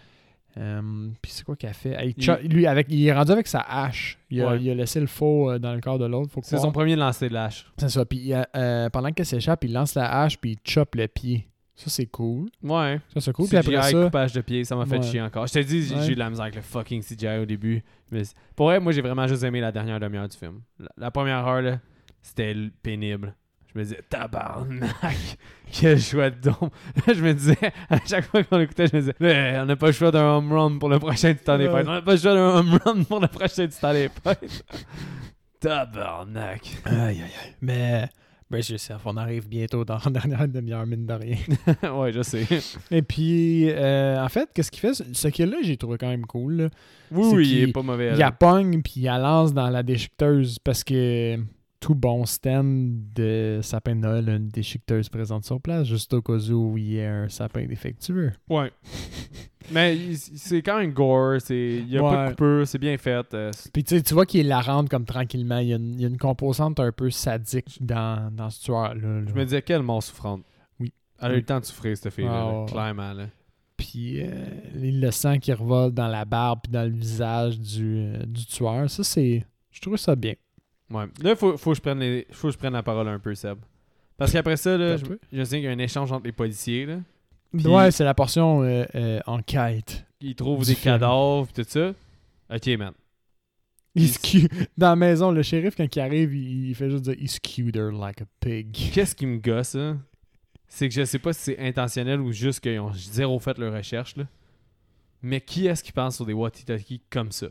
Euh, puis c'est quoi qu'elle fait? Elle cho- Lui, avec, il est rendu avec sa hache. Il a, Ouais. il a laissé le faux euh, dans le corps de l'autre. faut C'est croire. son premier lancer de lâche. C'est ça. Puis euh, euh, pendant qu'elle s'échappe, il lance la hache puis il chope le pied. Ça, c'est cool. Ouais. Ça, c'est cool. Puis CGI, après ça, coupage de pied, ça m'a fait Ouais. chier encore. Je te dis, j'ai Ouais. j'ai eu de la misère avec le fucking CGI au début. Mais c'est- pour vrai, moi, j'ai vraiment juste aimé la dernière demi-heure du film. La, la première heure, là, c'était l- pénible. Je me disais, tabarnak, quel choix de don. je me disais, à chaque fois qu'on écoutait, je me disais, Eh, on n'a pas le choix d'un home run pour le prochain du temps des Ouais. fêtes. On n'a pas le choix d'un home run pour le prochain du temps des fêtes. tabarnak. Aïe, aïe, aïe. Mais Ben, je sais, on arrive bientôt dans la dernière demi-heure, mine de rien. ouais, je sais. Et puis, euh, en fait, qu'est-ce qu'il fait Ce- Ce kill-là, j'ai trouvé quand même cool. là. Oui, C'est oui, il qu'il- est pas mauvais. Il là. la pogne, puis il la lance dans la déchiqueteuse parce que tout bon stand de sapin de Noël a une déchiqueteuse présente sur place, juste au cas où il y a un sapin défectueux. Ouais. Mais il- c'est quand même gore, c'est- il n'y a pas Ouais. de coupure, c'est bien fait. euh, c'est- Puis tu sais, tu vois qu'il la rentre comme tranquillement. Il y, a une, il y a une composante un peu sadique dans, dans ce tueur-là. là. Je me disais, quelle mort souffrante. Oui. Elle a eu le temps de souffrir, cette fille-là, Ah, là, ouais. clairement. Là. Puis euh, il- le sang qui revole dans la barbe puis dans le visage du, euh, du tueur. Ça, c'est. Je trouve ça bien. Ouais. Là, faut, faut, que je prenne les- faut que je prenne la parole un peu, Seb. Parce qu'après ça, là, je, Tape-toi. je sais qu'il y a un échange entre les policiers. Là. Puis- Ouais, c'est la portion euh, euh, enquête. Ils trouvent Du des film. cadavres pis tout ça. Ok, man. Il Il- se cue- Dans la maison, le shérif, quand il arrive, il, il fait juste dire He's cuter like a pig. Qu'est-ce qui me gosse, hein? C'est que je sais pas si c'est intentionnel ou juste qu'ils ont zéro fait leur recherche, là. Mais qui est-ce qui pense sur des walkie-talkies comme ça?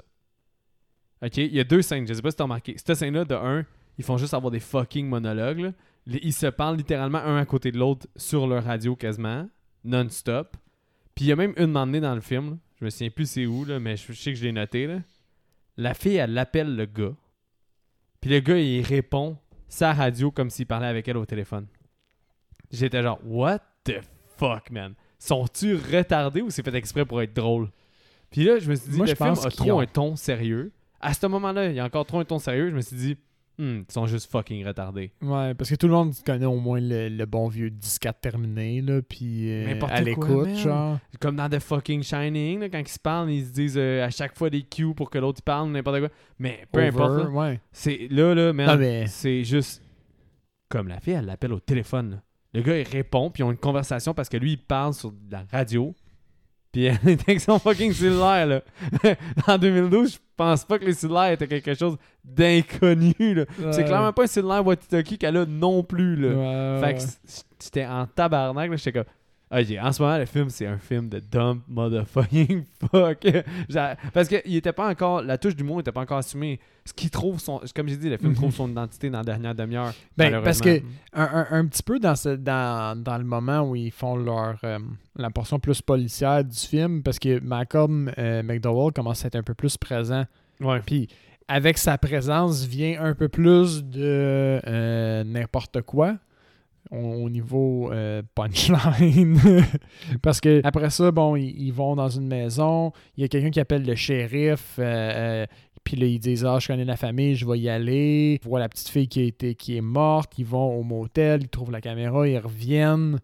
Ok, il y a deux scènes, je sais pas si t'as remarqué. Cette scène-là, de un, ils font juste avoir des fucking monologues, là. Les- Ils se parlent littéralement un à côté de l'autre sur leur radio quasiment, non-stop. Puis il y a même une mandée dans le film, là. je me souviens plus c'est où, là, mais je, je sais que je l'ai noté, là. La fille, elle appelle le gars. Puis le gars, il répond sa radio comme s'il parlait avec elle au téléphone. J'étais genre, what the fuck, man? Sont-tu retardés ou c'est fait exprès pour être drôle? Puis là, je me suis dit, Moi, le je film pense a qu'ils trop ont- un ton sérieux. À ce moment-là, il y a encore trop un ton sérieux. Je me suis dit, hmm, ils sont juste fucking retardés. Ouais, parce que tout le monde connaît au moins le, le bon vieux discate terminé, là, puis euh, N'importe à quoi, l'écoute, man. genre. Comme dans The Fucking Shining, là, quand ils se parlent, ils se disent euh, à chaque fois des cues pour que l'autre il parle, n'importe quoi. Mais peu Over, importe. là. Ouais. C'est là, là, man, Ah, mais- c'est juste comme la fille, elle l'appelle au téléphone. là. Le gars, il répond, puis ils ont une conversation parce que lui, il parle sur de la radio. Puis elle est avec son fucking cellulaire, là. en 2012, je pense pas que les cellulaires étaient quelque chose d'inconnu, là. C'est clairement pas un cellulaire walkie-talkie qu'elle a non plus, là. Ouais, Fait Euh, ouais. que c- j'étais en tabarnak, là, j'étais comme... Ok, en ce moment, le film, c'est un film de dumb motherfucking fuck. J'a- Parce que il était pas encore... La touche du mot était pas encore assumée. Ce qu'il trouve son... Comme j'ai dit, le film Mhm. trouve son identité dans la dernière demi-heure, Ben, parce que malheureusement. un, un- un petit peu dans, ce, dans, dans le moment où ils font leur euh, la portion plus policière du film, parce que Malcolm euh, McDowell commence à être un peu plus présent. Ouais. Puis avec sa présence vient un peu plus de euh, n'importe quoi au, au niveau euh, punchline. parce que après ça, bon, ils, ils vont dans une maison, il y a quelqu'un qui appelle le shérif. euh, euh, puis là, ils disent Ah, je connais la famille, je vais y aller. Ils voient la petite fille qui, a été, qui est morte. Ils vont au motel, ils trouvent la caméra, ils reviennent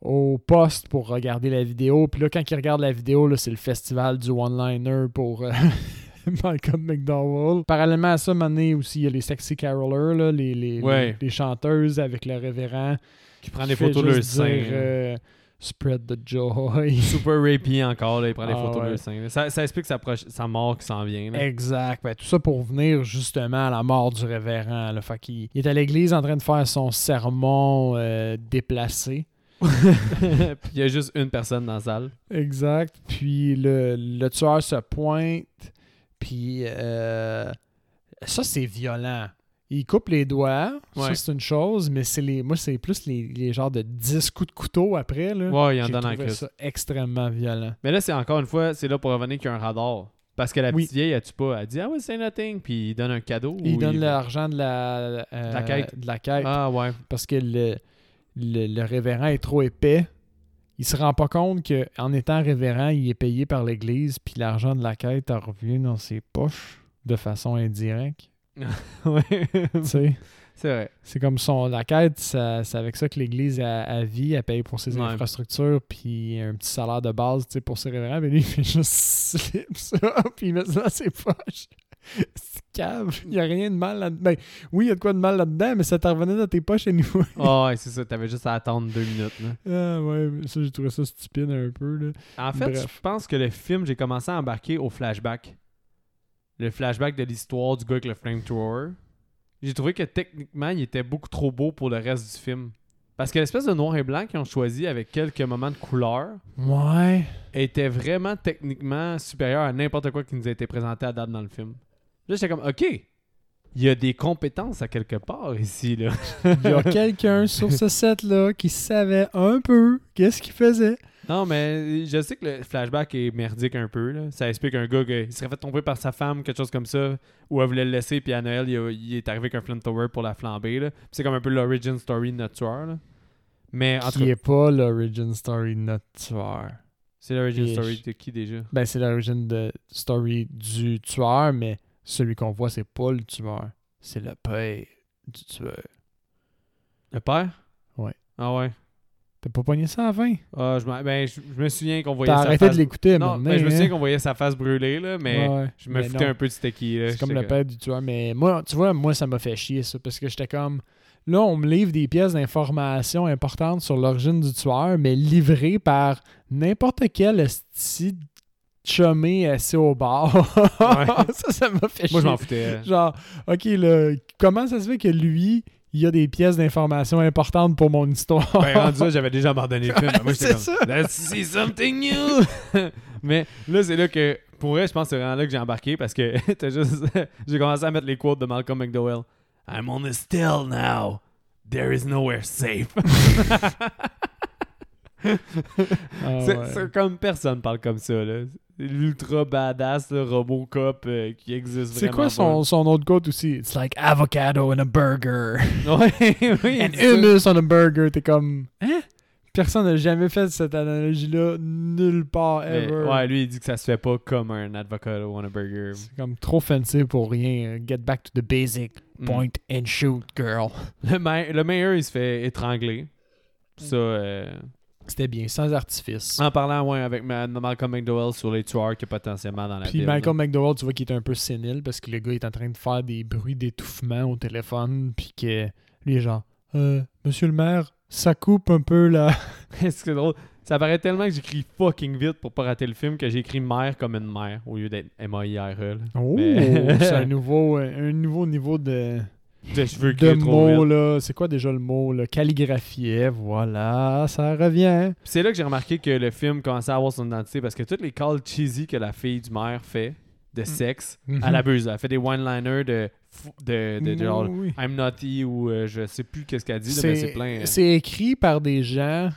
au poste pour regarder la vidéo. Puis là, quand ils regardent la vidéo, là, c'est le festival du one-liner pour euh, Malcolm McDowell. Parallèlement à ça, Mané aussi, il y a les sexy carolers, là, les, les, Ouais. les, les chanteuses avec le révérend. Qui prend des Fait photos de leur juste sein. hein. dire, là. euh, Spread the joy. Super rapey encore, là, il prend des Ah, photos ouais. de leur sein. là. Ça, ça explique sa, proche- sa mort qui s'en vient. là. Exact. Ben, tout ça pour venir justement à la mort du révérend. Là. Fait qu'il il est à l'église en train de faire son sermon euh, déplacé. Puis il y a juste une personne dans la salle. Exact. Puis le, le tueur se pointe. Puis euh, ça, c'est violent. Il coupe les doigts. Ça, Ouais. c'est une chose. Mais c'est les, moi, c'est plus les, les genres de 10 coups de couteau après. Là. Ouais, il en J'ai donne en trouvé crise. ça extrêmement violent. Mais là, c'est encore une fois, c'est là pour revenir qu'il y a un radar. Parce que la Oui. petite vieille, elle tue pas. Elle dit, ah oui, c'est nothing. Puis il donne un cadeau. Il ou donne l'argent de la, euh, La quête. De la quête. Ah ouais. parce que le, le, le révérend est trop épais. Il se rend pas compte que en étant révérend, il est payé par l'Église, puis l'argent de la quête revient dans ses poches de façon indirecte. Ouais. Tu sais, c'est vrai. c'est comme son la quête, ça- c'est avec ça que l'Église a, a vie, elle paye pour ses Ouais. infrastructures, puis un petit salaire de base, tu sais, pour ses révérends. Mais lui, il fait juste slip ça, puis il met ça dans ses poches. C'est cave. Il n'y a rien de mal là-dedans. Ben, oui, il y a de quoi de mal là-dedans, mais ça t'en revenait dans tes poches et nous. Ah ouais, c'est ça. T'avais juste à attendre deux minutes. là. Ah ouais, mais ça j'ai trouvé ça stupide un peu là. En fait, Bref. je pense que le film, j'ai commencé à embarquer au flashback. Le flashback de l'histoire du gars avec le flamethrower. J'ai trouvé que techniquement, il était beaucoup trop beau pour le reste du film. Parce que l'espèce de noir et blanc qu'ils ont choisi avec quelques moments de couleur Ouais. était vraiment techniquement supérieur à n'importe quoi qui nous a été présenté à date dans le film. Là, j'étais comme, OK, Il y a des compétences à quelque part ici, là. Il y a quelqu'un sur ce set-là qui savait un peu qu'est-ce qu'il faisait. Non, mais je sais que le flashback est merdique un peu. Là. Ça explique un gars qui serait fait tomber par sa femme, quelque chose comme ça, ou elle voulait le laisser, puis à Noël, il, a- il est arrivé avec un flamethrower pour la flamber. là. Puis C'est comme un peu l'origin story de notre tueur. là. Mais en tout Qui cas, est pas l'origin story de notre tueur. c'est l'origin Ish. story de qui déjà Ben, c'est l'origine de story du tueur, mais celui qu'on voit, c'est pas le tueur. C'est le père du tueur. Le père Ouais. Ah ouais. T'as pas pogné ça à la fin? Ah, je, m'en- ben, je, je me souviens qu'on voyait T'as sa arrêté face. de l'écouter, non, mais ben, je me souviens qu'on voyait sa face brûler, là, mais je me foutais un peu de c'était qui. là. C'est comme J'étais le père du tueur, mais moi, tu vois, moi, ça m'a fait chier, ça, parce que j'étais comme... Là, on me livre des pièces d'information importantes sur l'origine du tueur, mais livrées par n'importe quel esti de chumé assis au bar. Ouais. ça, ça m'a fait chier. Moi, je m'en foutais. Genre, OK, là, comment ça se fait que lui, il a des pièces d'information importantes pour mon histoire? Ben, rendu là, j'avais déjà abandonné le film. Ben, Moi, j'étais C'est comme, ça. Let's see something new! Mais là, c'est là que, pour vrai, je pense que c'est vraiment là que j'ai embarqué parce que t'as juste, j'ai commencé à mettre les quotes de Malcolm McDowell. I'm on a still now. There is nowhere safe. Ah, c'est, ouais. c'est comme personne parle comme ça, là. C'est L'ultra badass, le Robocop euh, qui existe C'est vraiment. quoi son, son autre côte aussi? It's like avocado and a burger. pas. Ouais, oui, And c'est ça. hummus on a burger. T'es comme, hein? Personne n'a jamais fait cette analogie-là nulle part Mais, ever. ouais, lui, il dit que ça se fait pas comme un avocado on a burger. C'est comme trop fancy pour rien. Get back to the basic. Mm. Point and shoot, girl. Le, maire, le maire, il se fait étrangler. Mm. Ça, euh, C'était bien, sans artifice. En parlant, ouais, avec Ma- Malcolm McDowell sur les tueurs qui est potentiellement dans la Puis ville, Michael McDowell, tu vois qu'il est un peu sénile parce que le gars est en train de faire des bruits d'étouffement au téléphone. Puis que lui est genre, Euh, Monsieur le maire, ça coupe un peu là. là. C'est drôle. Ça paraît tellement que j'écris fucking vite pour pas rater le film que j'ai écrit mère comme une mère au lieu d'être M-A-I-R-E. E, là. Oh, Mais- c'est un nouveau, euh, un nouveau niveau de. Je veux de écrire trop mots, vite. là. C'est quoi déjà le mot, là? Calligraphier, voilà, ça revient. hein? Puis C'est là que j'ai remarqué que le film commençait à avoir son identité parce que toutes les calls cheesy que la fille du maire fait Mm. de sexe, Mm-hmm. elle abuse. Elle fait des one-liners de, fou- de, de, Mm. de genre Oui. I'm naughty ou euh, je sais plus qu'est-ce qu'elle dit, là, mais c'est plein. C'est euh, c'est écrit par des gens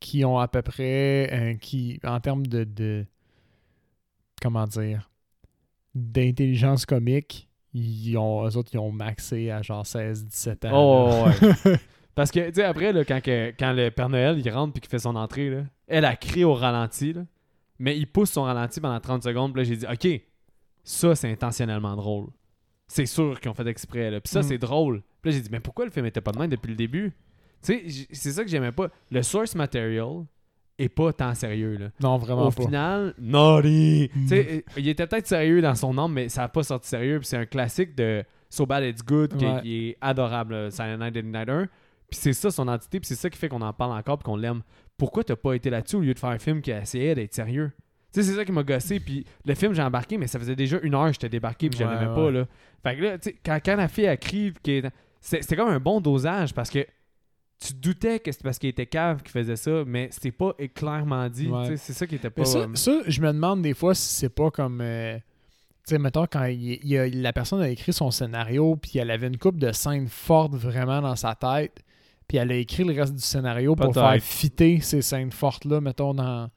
qui ont à peu près, euh, qui, en termes de, de- comment dire, d'intelligence comique, ils ont, eux autres, ils ont maxé à genre 16-17 ans. Oh, là. Parce que, tu sais, après, là, quand, que- quand le Père Noël, il rentre puis qu'il fait son entrée, là, elle a crié au ralenti, là, mais il pousse son ralenti pendant 30 secondes. Puis là, j'ai dit, OK, ça, c'est intentionnellement drôle. C'est sûr qu'ils ont fait exprès. Là. Puis ça, Mm. c'est drôle. Puis là, j'ai dit, mais pourquoi le film était pas de même depuis le début? Tu sais, j- c'est ça que j'aimais pas. Le source material est pas tant sérieux, là. non, vraiment Au pas. final, naughty! Mm. Tu sais, il était peut-être sérieux dans son nom, mais ça n'a pas sorti sérieux. Puis c'est un classique de So Bad It's Good qui, Ouais. qui est adorable, euh, Silent Night Deadly Night 1. Puis c'est ça son entité, puis c'est ça qui fait qu'on en parle encore puis qu'on l'aime. Pourquoi t'as pas été là-dessus au lieu de faire un film qui essayait d'être sérieux? Tu sais, c'est ça qui m'a gossé. Puis le film, j'ai embarqué, mais ça faisait déjà une heure que j'étais débarqué, puis je Ouais, l'aimais ouais. pas, là. Fait que là, tu sais, quand, quand la fille, elle crie, puis qu'elle est- c'est- c'était comme un bon dosage parce que tu te doutais que c'était parce qu'il était cave qui faisait ça, mais c'était pas clairement dit. Ouais. Tu sais, C'est ça qui était pas. Mais ça, euh, ça, je me demande des fois si c'est pas comme. euh, tu sais, mettons, quand il- il a- la personne a écrit son scénario, puis elle avait une coupe de scènes fortes vraiment dans sa tête, puis elle a écrit le reste du scénario pour Peut-être. faire fitter ces scènes fortes-là, mettons, dans,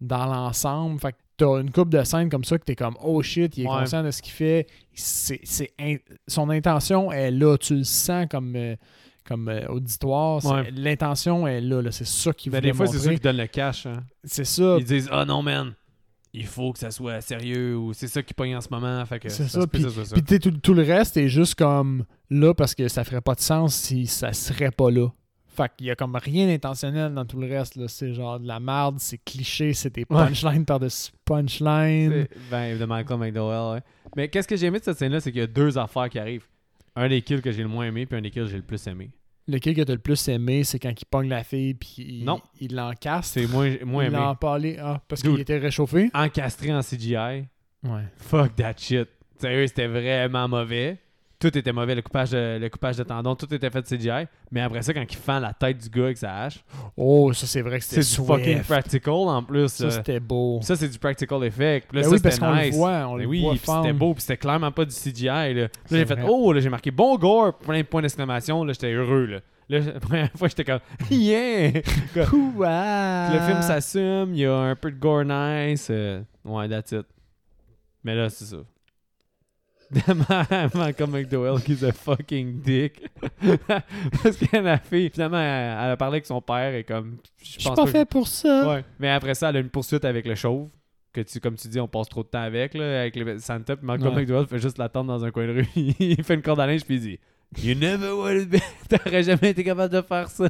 dans l'ensemble. Fait que t'as une coupe de scènes comme ça que t'es comme, oh shit, il est Ouais. conscient de ce qu'il fait. C'est, c'est in- son intention est là, tu le sens comme. euh, comme euh, auditoire, C'est- Ouais. l'intention est là, là. c'est ça qu'il Ben, voulait des fois, c'est montrer. ceux qui donnent le cash. hein. C'est ça, Ils disent Ah non, man, il faut que ça soit sérieux ou c'est ça qui pogne en ce moment. Fait que C'est ça, ça, se peut que ça soit ça. Puis tu sais, tout, tout le reste est juste comme là parce que ça ferait pas de sens si ça serait pas là. Fait qu'il y a comme rien d'intentionnel dans tout le reste. là. C'est genre de la merde, c'est cliché, c'est des punchlines par-dessus punchlines. C'est- Ben, de Michael McDowell. ouais. Mais qu'est-ce que j'ai aimé de cette scène-là, c'est qu'il y a deux affaires qui arrivent. Un des kills que j'ai le moins aimé, puis un des kills que j'ai le plus aimé. Lequel que t'as le plus aimé, c'est quand il pogne la fille puis il, Non. il l'encasse. C'est moins, moins Il aimé. l'a empalé. Ah, parce Dude. qu'il était réchauffé. Encastré en CGI, Ouais. fuck that shit. Sérieux, c'était vraiment mauvais. Tout était mauvais, le coupage, de, le coupage de tendon, tout était fait de CGI. Mais après ça, quand il fend la tête du gars avec sa hache, Oh, ça, c'est vrai que c'est c'était du fucking swift. practical en plus. Ça, euh. c'était beau. Ça, c'est du practical effect. Puis Là, Ben ça, oui, c'était parce qu'on nice. le voit, on Ben le oui, voit puis c'était fendre. beau, puis c'était clairement pas du CGI. Là, Là, C'est j'ai fait vrai. Oh, là, j'ai marqué bon gore, plein de points d'exclamation. Là, j'étais heureux. Là. Là, la première fois, j'étais comme Yeah! Ouah! Le film s'assume, il y a un peu de gore nice. euh, ouais, that's it. Mais là, c'est ça. Ma- Malcolm McDowell qui a fucking dick. Parce que la fille, finalement, elle, elle a parlé avec son père et comme. Je suis pas que- fait pour ça. Ouais. Mais après ça, elle a une poursuite avec le chauve. Que tu, comme tu dis, on passe trop de temps avec, là, avec les Santa. Puis Malcolm Ouais. McDowell fait juste l'attendre dans un coin de rue. il fait une corde à linge, puis il dit You never would have been. T'aurais jamais été capable de faire ça.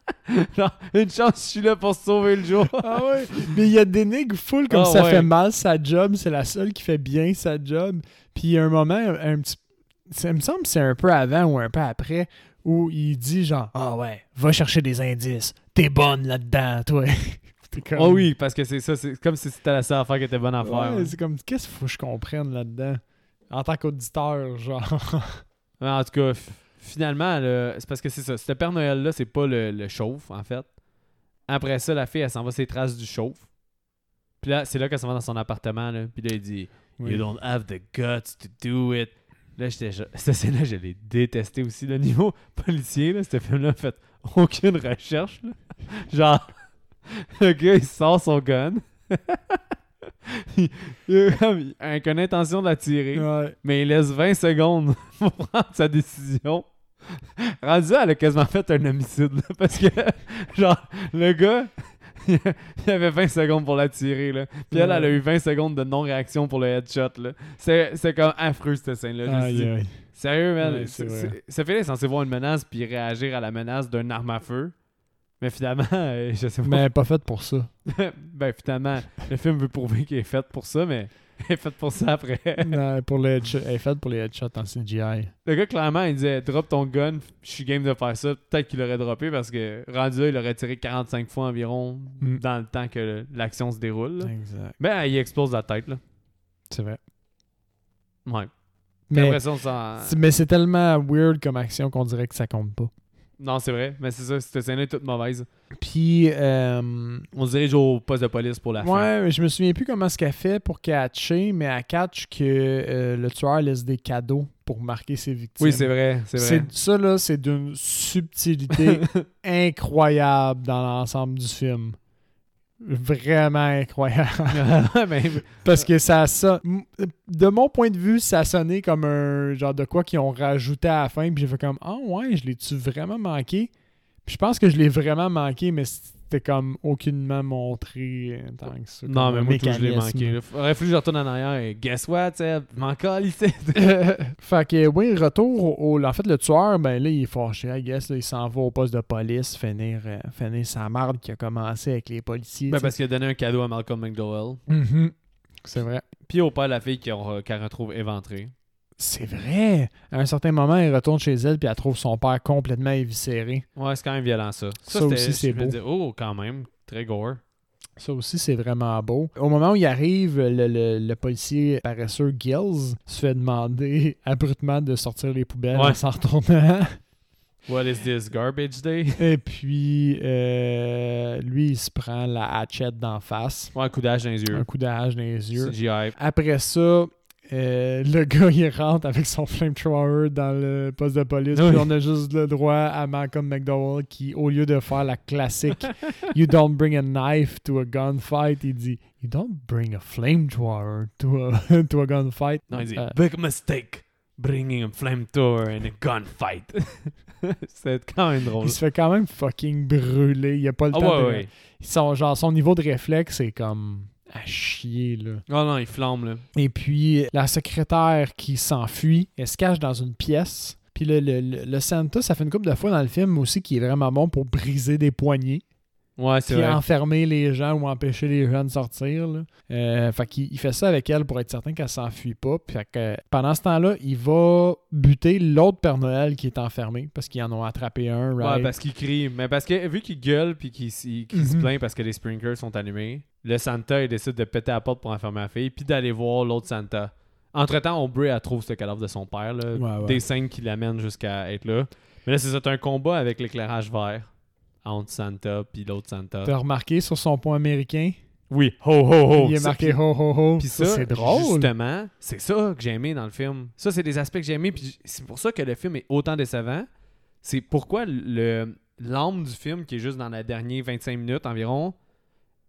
Genre, une chance, je suis là pour sauver le jour. Ah ouais. Mais il y a des nègres full comme Ah ça ouais. fait mal sa job, c'est la seule qui fait bien sa job. Puis il y a un moment, un petit. Ça me semble que c'est un peu avant ou un peu après où il dit genre Ah ouais, va chercher des indices. T'es bonne là-dedans, toi. T'es comme- Oh oui, parce que c'est ça, c'est comme si c'était la seule affaire qui était bonne à faire. Ouais, ouais. C'est comme qu'est-ce qu'il faut que je comprenne là-dedans? En tant qu'auditeur, genre. Mais en tout cas, f- finalement, là, c'est parce que c'est ça. Ce Père Noël-là, c'est pas le, le chauve, en fait. Après ça, la fille, elle s'en va ses traces du chauve. Puis là, c'est là qu'elle s'en va dans son appartement. Là. Puis là, il dit You don't have the guts to do it. Là, j'étais. genre- Cette scène-là, je l'ai détesté aussi. Le niveau policier, là, ce film-là, a fait aucune recherche. là. Genre, le gars, il sort son gun. Il- il- comme- avec une intention de la tirer Ouais. mais il laisse 20 secondes pour prendre sa décision. Rendu, là, elle a quasiment fait un homicide, là, parce que, genre, le gars, il avait 20 secondes pour la tirer, là. Puis elle, elle a eu 20 secondes de non-réaction pour le headshot, là. C'est c'est comme affreux, cette scène-là. Je me suis Aïe, dit, aïe. Sérieux, man. Ouais, c'est c'est- vrai. c'est- Ce film est censé voir une menace puis réagir à la menace d'une arme à feu. Mais finalement, euh, je sais pas. Mais pas faite pour ça. ben, finalement, le film veut prouver qu'il est fait pour ça, mais il est fait pour ça après. Non, pour les headshots. Elle est faite pour les headshots en CGI. Le gars, clairement, il disait Drop ton gun, je suis game de faire ça. Peut-être qu'il l'aurait droppé parce que rendu là, il aurait tiré 45 fois environ Mm. dans le temps que l'action se déroule. là. Exact. Ben, il explose la tête. Là. C'est vrai. Ouais. Puis Mais après ça, on s'en- C'est- Mais c'est tellement weird comme action qu'on dirait que ça compte pas. Non, c'est vrai, mais c'est ça, cette scène est toute mauvaise. Puis, euh, On se dirige au poste de police pour la fin. ouais, mais je me souviens plus comment ce qu'elle fait pour catcher, mais elle catch que euh, le tueur laisse des cadeaux pour marquer ses victimes. Oui, c'est vrai, c'est vrai. C'est- Ça, là, c'est d'une subtilité incroyable dans l'ensemble du film. Vraiment incroyable. Mais- Parce que ça, ça, de mon point de vue, ça sonnait comme un genre de quoi qu'ils ont rajouté à la fin. Puis j'ai fait comme, ah ouais, je l'ai-tu vraiment manqué? Puis je pense que je l'ai vraiment manqué, mais c'était comme aucunement montré euh, tant que ça. Non, comme mais un moi, tout, je l'ai mécanisme. manqué. là. Faudrait plus que je retourne en arrière et guess what, Seb? Je M'en calissais. fait que oui, retour au. En fait, le tueur, ben là, il est fâché, I guess. là, il s'en va au poste de police, finir, euh, finir sa marde qui a commencé avec les policiers. Ben, tu sais. parce qu'il a donné un cadeau à Malcolm McDowell. Mhm. C'est vrai. Puis au père de la fille qu'on qu'elle retrouve éventrée. C'est vrai. À un certain moment, elle retourne chez elle puis elle trouve son père complètement éviscéré. Ouais, c'est quand même violent ça. Ça c'était- aussi, c'est je me beau. disais, oh, quand même, très gore. Ça aussi, c'est vraiment beau. Au moment où il arrive, le, le- le policier paresseux Gills se fait demander abruptement de sortir les poubelles Ouais. en s'en retournant. What is this garbage day? Et puis, euh, lui, il se prend la hatchette d'en face. Ouais, un coup d'âge dans les Un yeux. coup de hache dans les yeux. CGI. Après ça, euh, le gars, il rentre avec son flamethrower dans le poste de police. Oui. Puis on a juste le droit à Malcolm McDowell qui, au lieu de faire la classique « You don't bring a knife to a gunfight », il dit « You don't bring a flamethrower to a, to a gunfight ». Non, il dit Euh, Big mistake bringing a flamethrower in a gunfight. c'est quand même drôle. il se fait quand même fucking brûler. Il a pas le Ah temps ouais, de... ouais. Son, genre, son niveau de réflexe est comme à chier, là. Oh non, il flambe là. Et puis, la secrétaire qui s'enfuit, elle se cache dans une pièce. Puis le, le, le- le Santa, ça fait une couple de fois dans le film aussi qui est vraiment bon pour briser des poignées, Ouais, c'est puis vrai. enfermer les gens ou empêcher les gens de sortir. là. Euh, fait qu'il il fait ça avec elle pour être certain qu'elle s'enfuit pas. Puis fait que pendant ce temps-là, il va buter l'autre Père Noël qui est enfermé parce qu'ils en ont attrapé un, Ouais, ben, right? parce qu'il crie. Mais parce que vu qu'il gueule puis qu'il s- il- qu'il se Mhm. plaint parce que les sprinklers sont allumés, le Santa, il décide de péter la porte pour enfermer la fille puis d'aller voir l'autre Santa. Entre-temps, Aubrey, elle trouve ce cadavre de son père. Là, Ouais, ouais. Des scènes qui l'amènent jusqu'à être là. Mais là, c'est ça, t'as un combat avec l'éclairage vert entre Santa puis l'autre Santa. T'as remarqué sur son pont américain? Oui, ho, ho, ho. il est Oh, Ça, marqué ho ho ho. Puis Ça, ça, c'est drôle. Justement, c'est ça que j'ai aimé dans le film. Ça, c'est des aspects que j'ai aimé. Puis j- c'est pour ça que le film est autant décevant. C'est pourquoi le l'âme du film, qui est juste dans la dernière 25 minutes environ,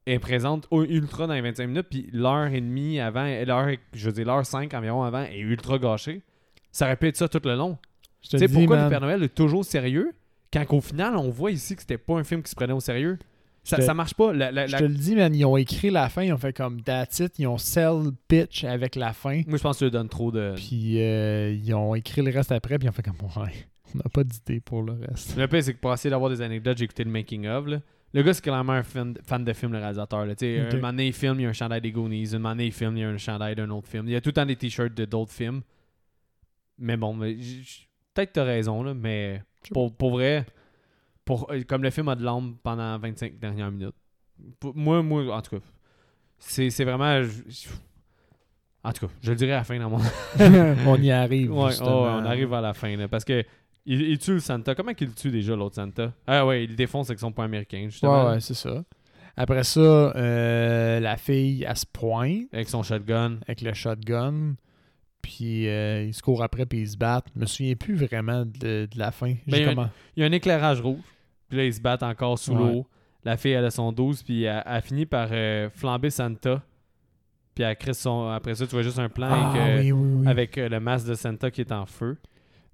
est présente au ultra dans les 25 minutes. Puis l'heure et demie avant, et l'heure, et- je veux dire, l'heure 5 environ avant est ultra gâchée. Ça répète ça tout le long. Je te Tu sais dis, pourquoi man, le Père Noël est toujours sérieux quand qu'au final, on voit ici que c'était pas un film qui se prenait au sérieux. Ça, Je te- ça marche pas. La- la- Je la- te le dis, man, ils ont écrit la fin, ils ont fait comme that's it, ils ont sell pitch avec la fin, Moi, je pense que tu lui donnes trop de. puis euh, ils ont écrit le reste après, puis ils ont fait comme ouais, on n'a pas d'idée pour le reste. Le pire, c'est que pour essayer d'avoir des anecdotes, j'ai écouté le making-of. Le gars, c'est clairement un fan de, fan de film, le réalisateur. Là. Tu sais, Ok. Une année, il filme, il y a un chandail des Goonies. Une année, il filme, il y a un chandail d'un autre film. Il y a tout le temps des t-shirts de d'autres films. Mais bon, mais j- j- peut-être que t'as raison, là, mais pour, pour vrai, pour, euh, comme le film a de l'âme pendant 25 dernières minutes. Pour- moi, moi, en tout cas, c'est c'est vraiment... je- je- en tout cas, je le dirai à la fin dans mon on y arrive. Ouais, justement. ouais, on arrive à la fin, là, parce que il, il tue le Santa. Comment qu'il le tue déjà, l'autre Santa? Ah ouais, il le défonce avec son point américain, justement. Ouais, ouais, c'est ça. Après ça, euh, la fille, elle se pointe Avec son shotgun. avec le shotgun. Puis euh, ils se courent après, puis ils se battent. Je me souviens plus vraiment de, de la fin. Ben, il y J'ai a comment... Il y a un éclairage rouge, puis là, ils se battent encore sous Ouais. l'eau. La fille, elle a son 12, puis elle, elle finit par euh, flamber Santa. Puis elle crée son... après ça, tu vois juste un plan Ah, avec, euh, oui, oui, oui. avec, euh, le masque de Santa qui est en feu.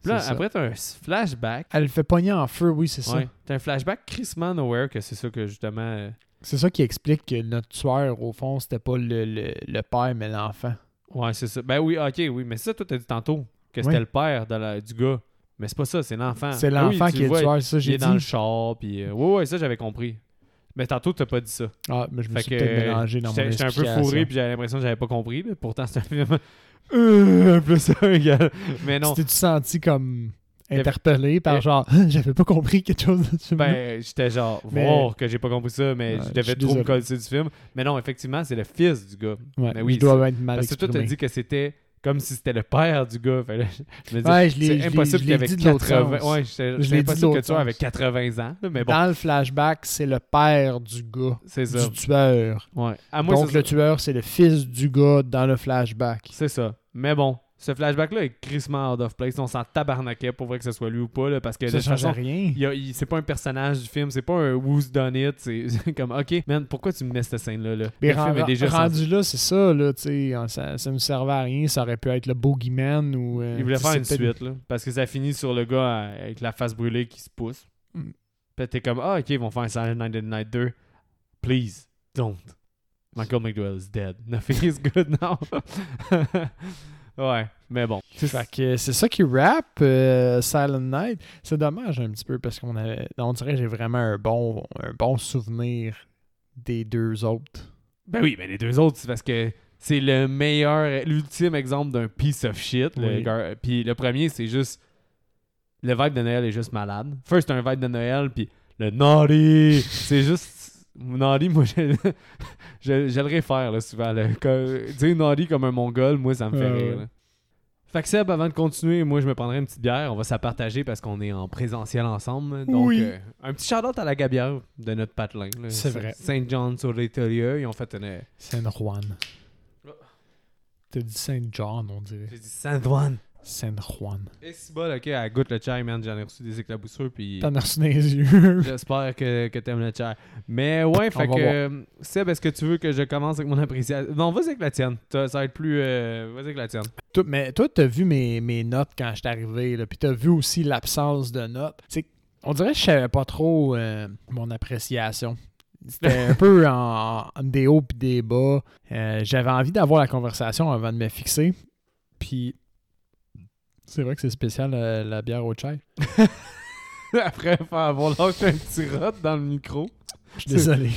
Puis là, C'est ça. après, t'as un s- flashback. Elle le fait pogner en feu, oui, c'est ça. Ouais, t'as un flashback crissement nowhere, que c'est ça que justement... euh, C'est ça qui explique que notre tueur, au fond, c'était pas le, le- le père, mais l'enfant. Ouais, c'est ça. Ben oui, ok, oui. Mais ça, toi, t'as dit tantôt que c'était Oui. le père de la- du gars. Mais c'est pas ça, c'est l'enfant. C'est Ah oui, l'enfant tu qui est vois, le tueur, ça, Il j'ai est dit. dans le char, puis... euh, ouais, ouais, ça, j'avais compris. Mais tantôt, t'as pas dit ça. Ah, mais je me Fait suis que, peut-être euh, mélangé dans mon J'étais j'étais un peu explication. fourré, puis j'avais l'impression que j'avais pas compris. Mais pourtant, c'est un film... Euh, un peu ça, gars. Mais non, T'es-tu senti comme Il y avait- interpellé Euh, par genre, Ah, j'avais pas compris quelque chose de ce film-là? ben, j'étais genre, Mais- voir que j'ai pas compris ça, mais Ouais, je je suis devais trop me désolé. coller du film. Mais non, effectivement, c'est le fils du gars. Ouais, ben oui, il doit être mal Parce que toi, t'as exprimé. dit que c'était comme si c'était le père du gars. Fait là, je me dis, Ouais, je l'ai- je c'est l'ai- impossible je qu'il l'ai avait dit de l'autre 80 sens. ouais, c'est Je c'est l'ai dit de impossible que l'autre tu aies avec sens. 80 ans. là, Mais bon, Dans le flashback, c'est le père du gars, c'est ça. du tueur. Ouais. À moi, Donc c'est le ça. tueur, c'est le fils du gars dans le flashback. C'est ça. Mais bon, ce flashback-là est crissement out of place. On s'en tabarnaquait pour vrai que ce soit lui ou pas. là, parce que de Ça toute change façon, rien. il y a- il- c'est pas un personnage du film. C'est pas un who's done it. C'est c'est comme, OK, man, pourquoi tu me mets cette scène-là? Là? Mais Le film est ren- déjà rendu sorti. là, c'est ça, là, tu sais, hein, ça, ça nous servait à rien, ça aurait pu être le bogeyman ou... euh, Il voulait tu sais, faire une c'est peut-être- suite, là, parce que ça finit sur le gars euh, avec la face brûlée qui se pousse. Mm. Puis t'es comme, ah, ok, ils vont faire un Silent Night and Night 2. Please, don't. Michael McDowell is dead. Nothing is good now. ouais, mais bon. Fait que c'est ça qui rap euh, Silent Night. C'est dommage un petit peu parce qu'on avait... On dirait que j'ai vraiment un bon, un bon souvenir des deux autres. Ben oui, mais les deux autres, c'est parce que c'est le meilleur, l'ultime exemple d'un piece of shit. le Oui. gar- Puis le premier, c'est juste. Le vibe de Noël est juste malade. First, un vibe de Noël, puis le naughty. c'est juste. Naughty, moi, je, je, je le réfère là, souvent. là. Que- Dire naughty comme un mongol, moi, ça me fait Ouais, rire. Ah ouais. là. Fait que Seb, avant de continuer, moi, je me prendrai une petite bière. On va s'appartager partager parce qu'on est en présentiel ensemble. Donc, Oui. euh, un petit shout-out à la gabière de notre patelin. là. C'est vrai. Euh, Saint John sur les Tolieux, ils ont fait une, euh, Saint Juan. Oh. T'as dit Saint John, on dirait. J'ai dit Saint-Douane. Saint Juan. Et si bol, ok, elle goûte le chai, man. J'en ai reçu des éclaboussures, puis T'en as reçu dans les yeux. j'espère que, que t'aimes le chai. Mais ouais, fait va que. voir. euh, Seb, est-ce que tu veux que je commence avec mon appréciation Non, vas-y avec la tienne. Ça ça va être plus. euh, vas-y avec la tienne. Toi- mais toi, t'as vu mes, mes notes quand je suis arrivé, là, puis t'as vu aussi l'absence de notes. C'est- on dirait que je savais pas trop euh, mon appréciation. C'était un peu en, en des hauts puis des bas. Euh, J'avais envie d'avoir la conversation avant de me fixer. Puis, c'est vrai que c'est spécial euh, la bière au chai. Après faire avoir lâché un petit rot dans le micro. Je suis désolé.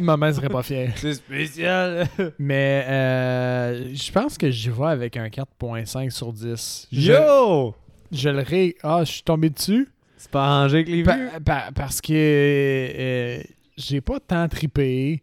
Maman serait pas fière. C'est spécial. Mais euh, je pense que j'y vais avec un 4.5 sur 10. Je- Yo! Je le ré... Ah, je suis tombé dessus. C'est pas rangé avec les vues. Pa- pa- parce que euh, j'ai pas tant tripé.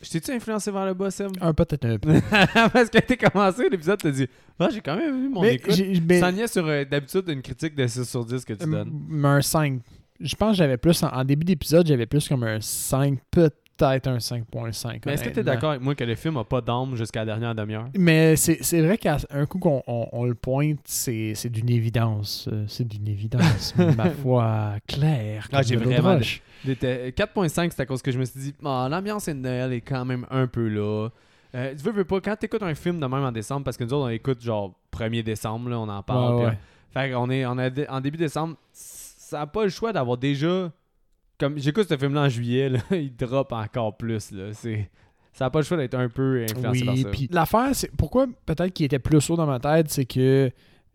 Je t'ai-tu influencé vers le bas, Seb? Un peut-être un peu. Parce que t'es commencé l'épisode, t'as dit Ah, j'ai Euh, quand même vu mon mais écoute. j'ai- mais- Ça niait sur euh, d'habitude une critique de 6 sur 10 que tu donnes. mais un 5. Je pense que j'avais plus, en, en début d'épisode, j'avais plus comme un 5, peut-être un 5.5. Mais est-ce que t'es honnêtement. d'accord avec moi que le film a pas d'âme jusqu'à la dernière demi-heure? Mais c'est c'est vrai qu'à un coup qu'on on- on le pointe, c'est c'est d'une évidence. euh, C'est d'une évidence, ma foi, claire. Ah, comme j'ai de l'eau de vraiment- roche. Des- t'es- 4.5, c'est à cause que je me suis dit, Ah, l'ambiance de Noël est quand même un peu là. Euh, tu veux, veux pas, quand t'écoutes un film de même en décembre, parce que nous autres, on écoute genre 1er décembre, là, on en parle. Ouais, puis, ouais. euh, Fait qu'on est on a dé- en début décembre, ça n'a pas le choix d'avoir déjà. Comme j'écoute ce film-là en juillet, là, il drop encore plus. Là, c'est, ça n'a pas le choix d'être un peu influencé par Oui, ça. puis l'affaire, c'est pourquoi peut-être qu'il était plus haut dans ma tête, c'est que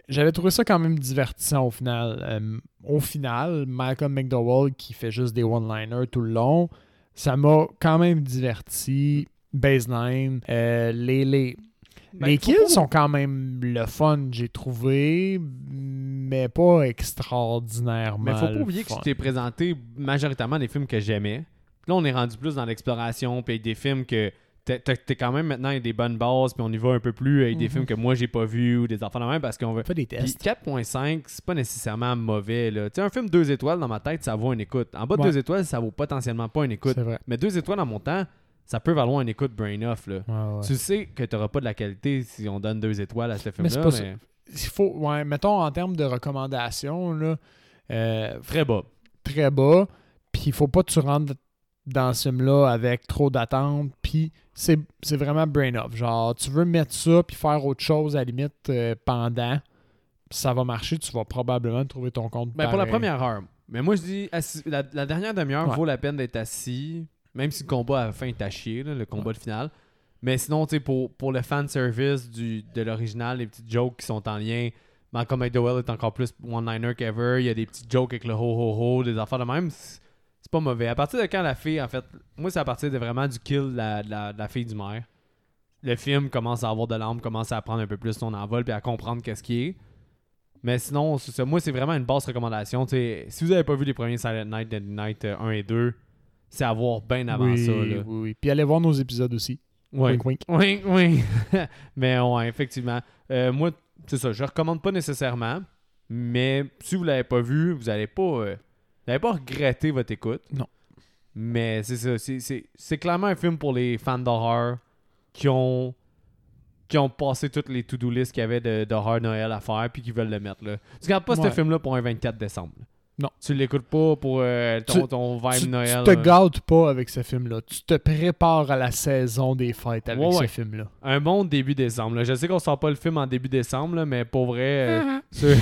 j'avais trouvé ça quand même divertissant au final. Euh, au final, Malcolm McDowell qui fait juste des one-liners tout le long, ça m'a quand même diverti. Baseline, euh, les, les, Ben, les faut kills pas- sont quand même le fun, j'ai trouvé, mais pas extraordinairement. Mais ben, faut pas le oublier que fun. je t'ai présenté majoritairement des films que j'aimais. Là, on est rendu plus dans l'exploration, puis avec des films que t'es t'es- t'es quand même maintenant avec des bonnes bases, puis on y va un peu plus avec des Mhm. films que moi j'ai pas vus ou des enfants de même parce qu'on veut. Fais des Puis tests. 4.5, c'est pas nécessairement mauvais. Là. Tu sais, un film 2 étoiles dans ma tête, ça vaut une écoute. En bas de Ouais. 2 étoiles, ça vaut potentiellement pas une écoute. C'est vrai. Mais 2 étoiles en montant, ça peut valoir une écoute brain off. Là. Ouais, ouais. Tu sais que t'auras pas de la qualité si on donne 2 étoiles à ce film-là. c'est Mais pas ça. Il faut, ouais, mettons en termes de recommandations, là, euh, Très bas. très bas. Puis il faut pas que tu rentres dans ce film-là avec trop d'attentes. Puis c'est c'est vraiment brain off. Genre, tu veux mettre ça puis faire autre chose à la limite euh, pendant, ça va marcher. Tu vas probablement trouver ton compte. Ben, pour la pareil. première heure. Mais moi, je dis, assis- la, la dernière demi-heure Ouais. vaut la peine d'être assis, même si le combat à la fin est à chier, là, le combat de finale. Mais sinon, tu sais, pour, pour le fan service du, de l'original, les petites jokes qui sont en lien, Malcolm McDowell est encore plus one-liner qu'ever. Il y a des petites jokes avec le ho-ho-ho, des affaires de même. C'est c'est pas mauvais. À partir de quand la fille, en fait, moi, c'est à partir de vraiment du kill de la, de la- de la fille du maire. Le film commence à avoir de l'âme, commence à prendre un peu plus son envol puis à comprendre qu'est-ce qui est. Mais sinon, c'est ça. Moi, c'est vraiment une basse recommandation. Tu sais, si vous avez pas vu les premiers Silent Night, Deadly Night euh, 1 et 2, c'est à voir bien avant oui, ça. oui, Là. oui. Puis allez voir nos épisodes aussi. Ouais. Wink, wink. Oui, oui. mais ouais, effectivement. Euh, moi, c'est ça, je recommande pas nécessairement. Mais si vous l'avez pas vu, vous allez pas, euh, vous allez pas regretter votre écoute. Non. Mais c'est ça, c'est- c'est c'est clairement un film pour les fans d'horreur qui ont qui ont passé toutes les to-do list qu'il y avait de- d'horreur Noël à faire puis qui veulent le mettre là. Tu regardes pas ce Ouais. film-là pour un 24 décembre. là. Non. Tu l'écoutes pas pour euh, ton, Tu- ton vibe Tu, tu Noël. te euh. gâtes pas avec ce film-là. Tu te prépares à la saison des fêtes avec Ouais, ce ouais. film-là. un bon début décembre. là. Je sais qu'on sort pas le film en début décembre, là, mais pour vrai, euh, ceux-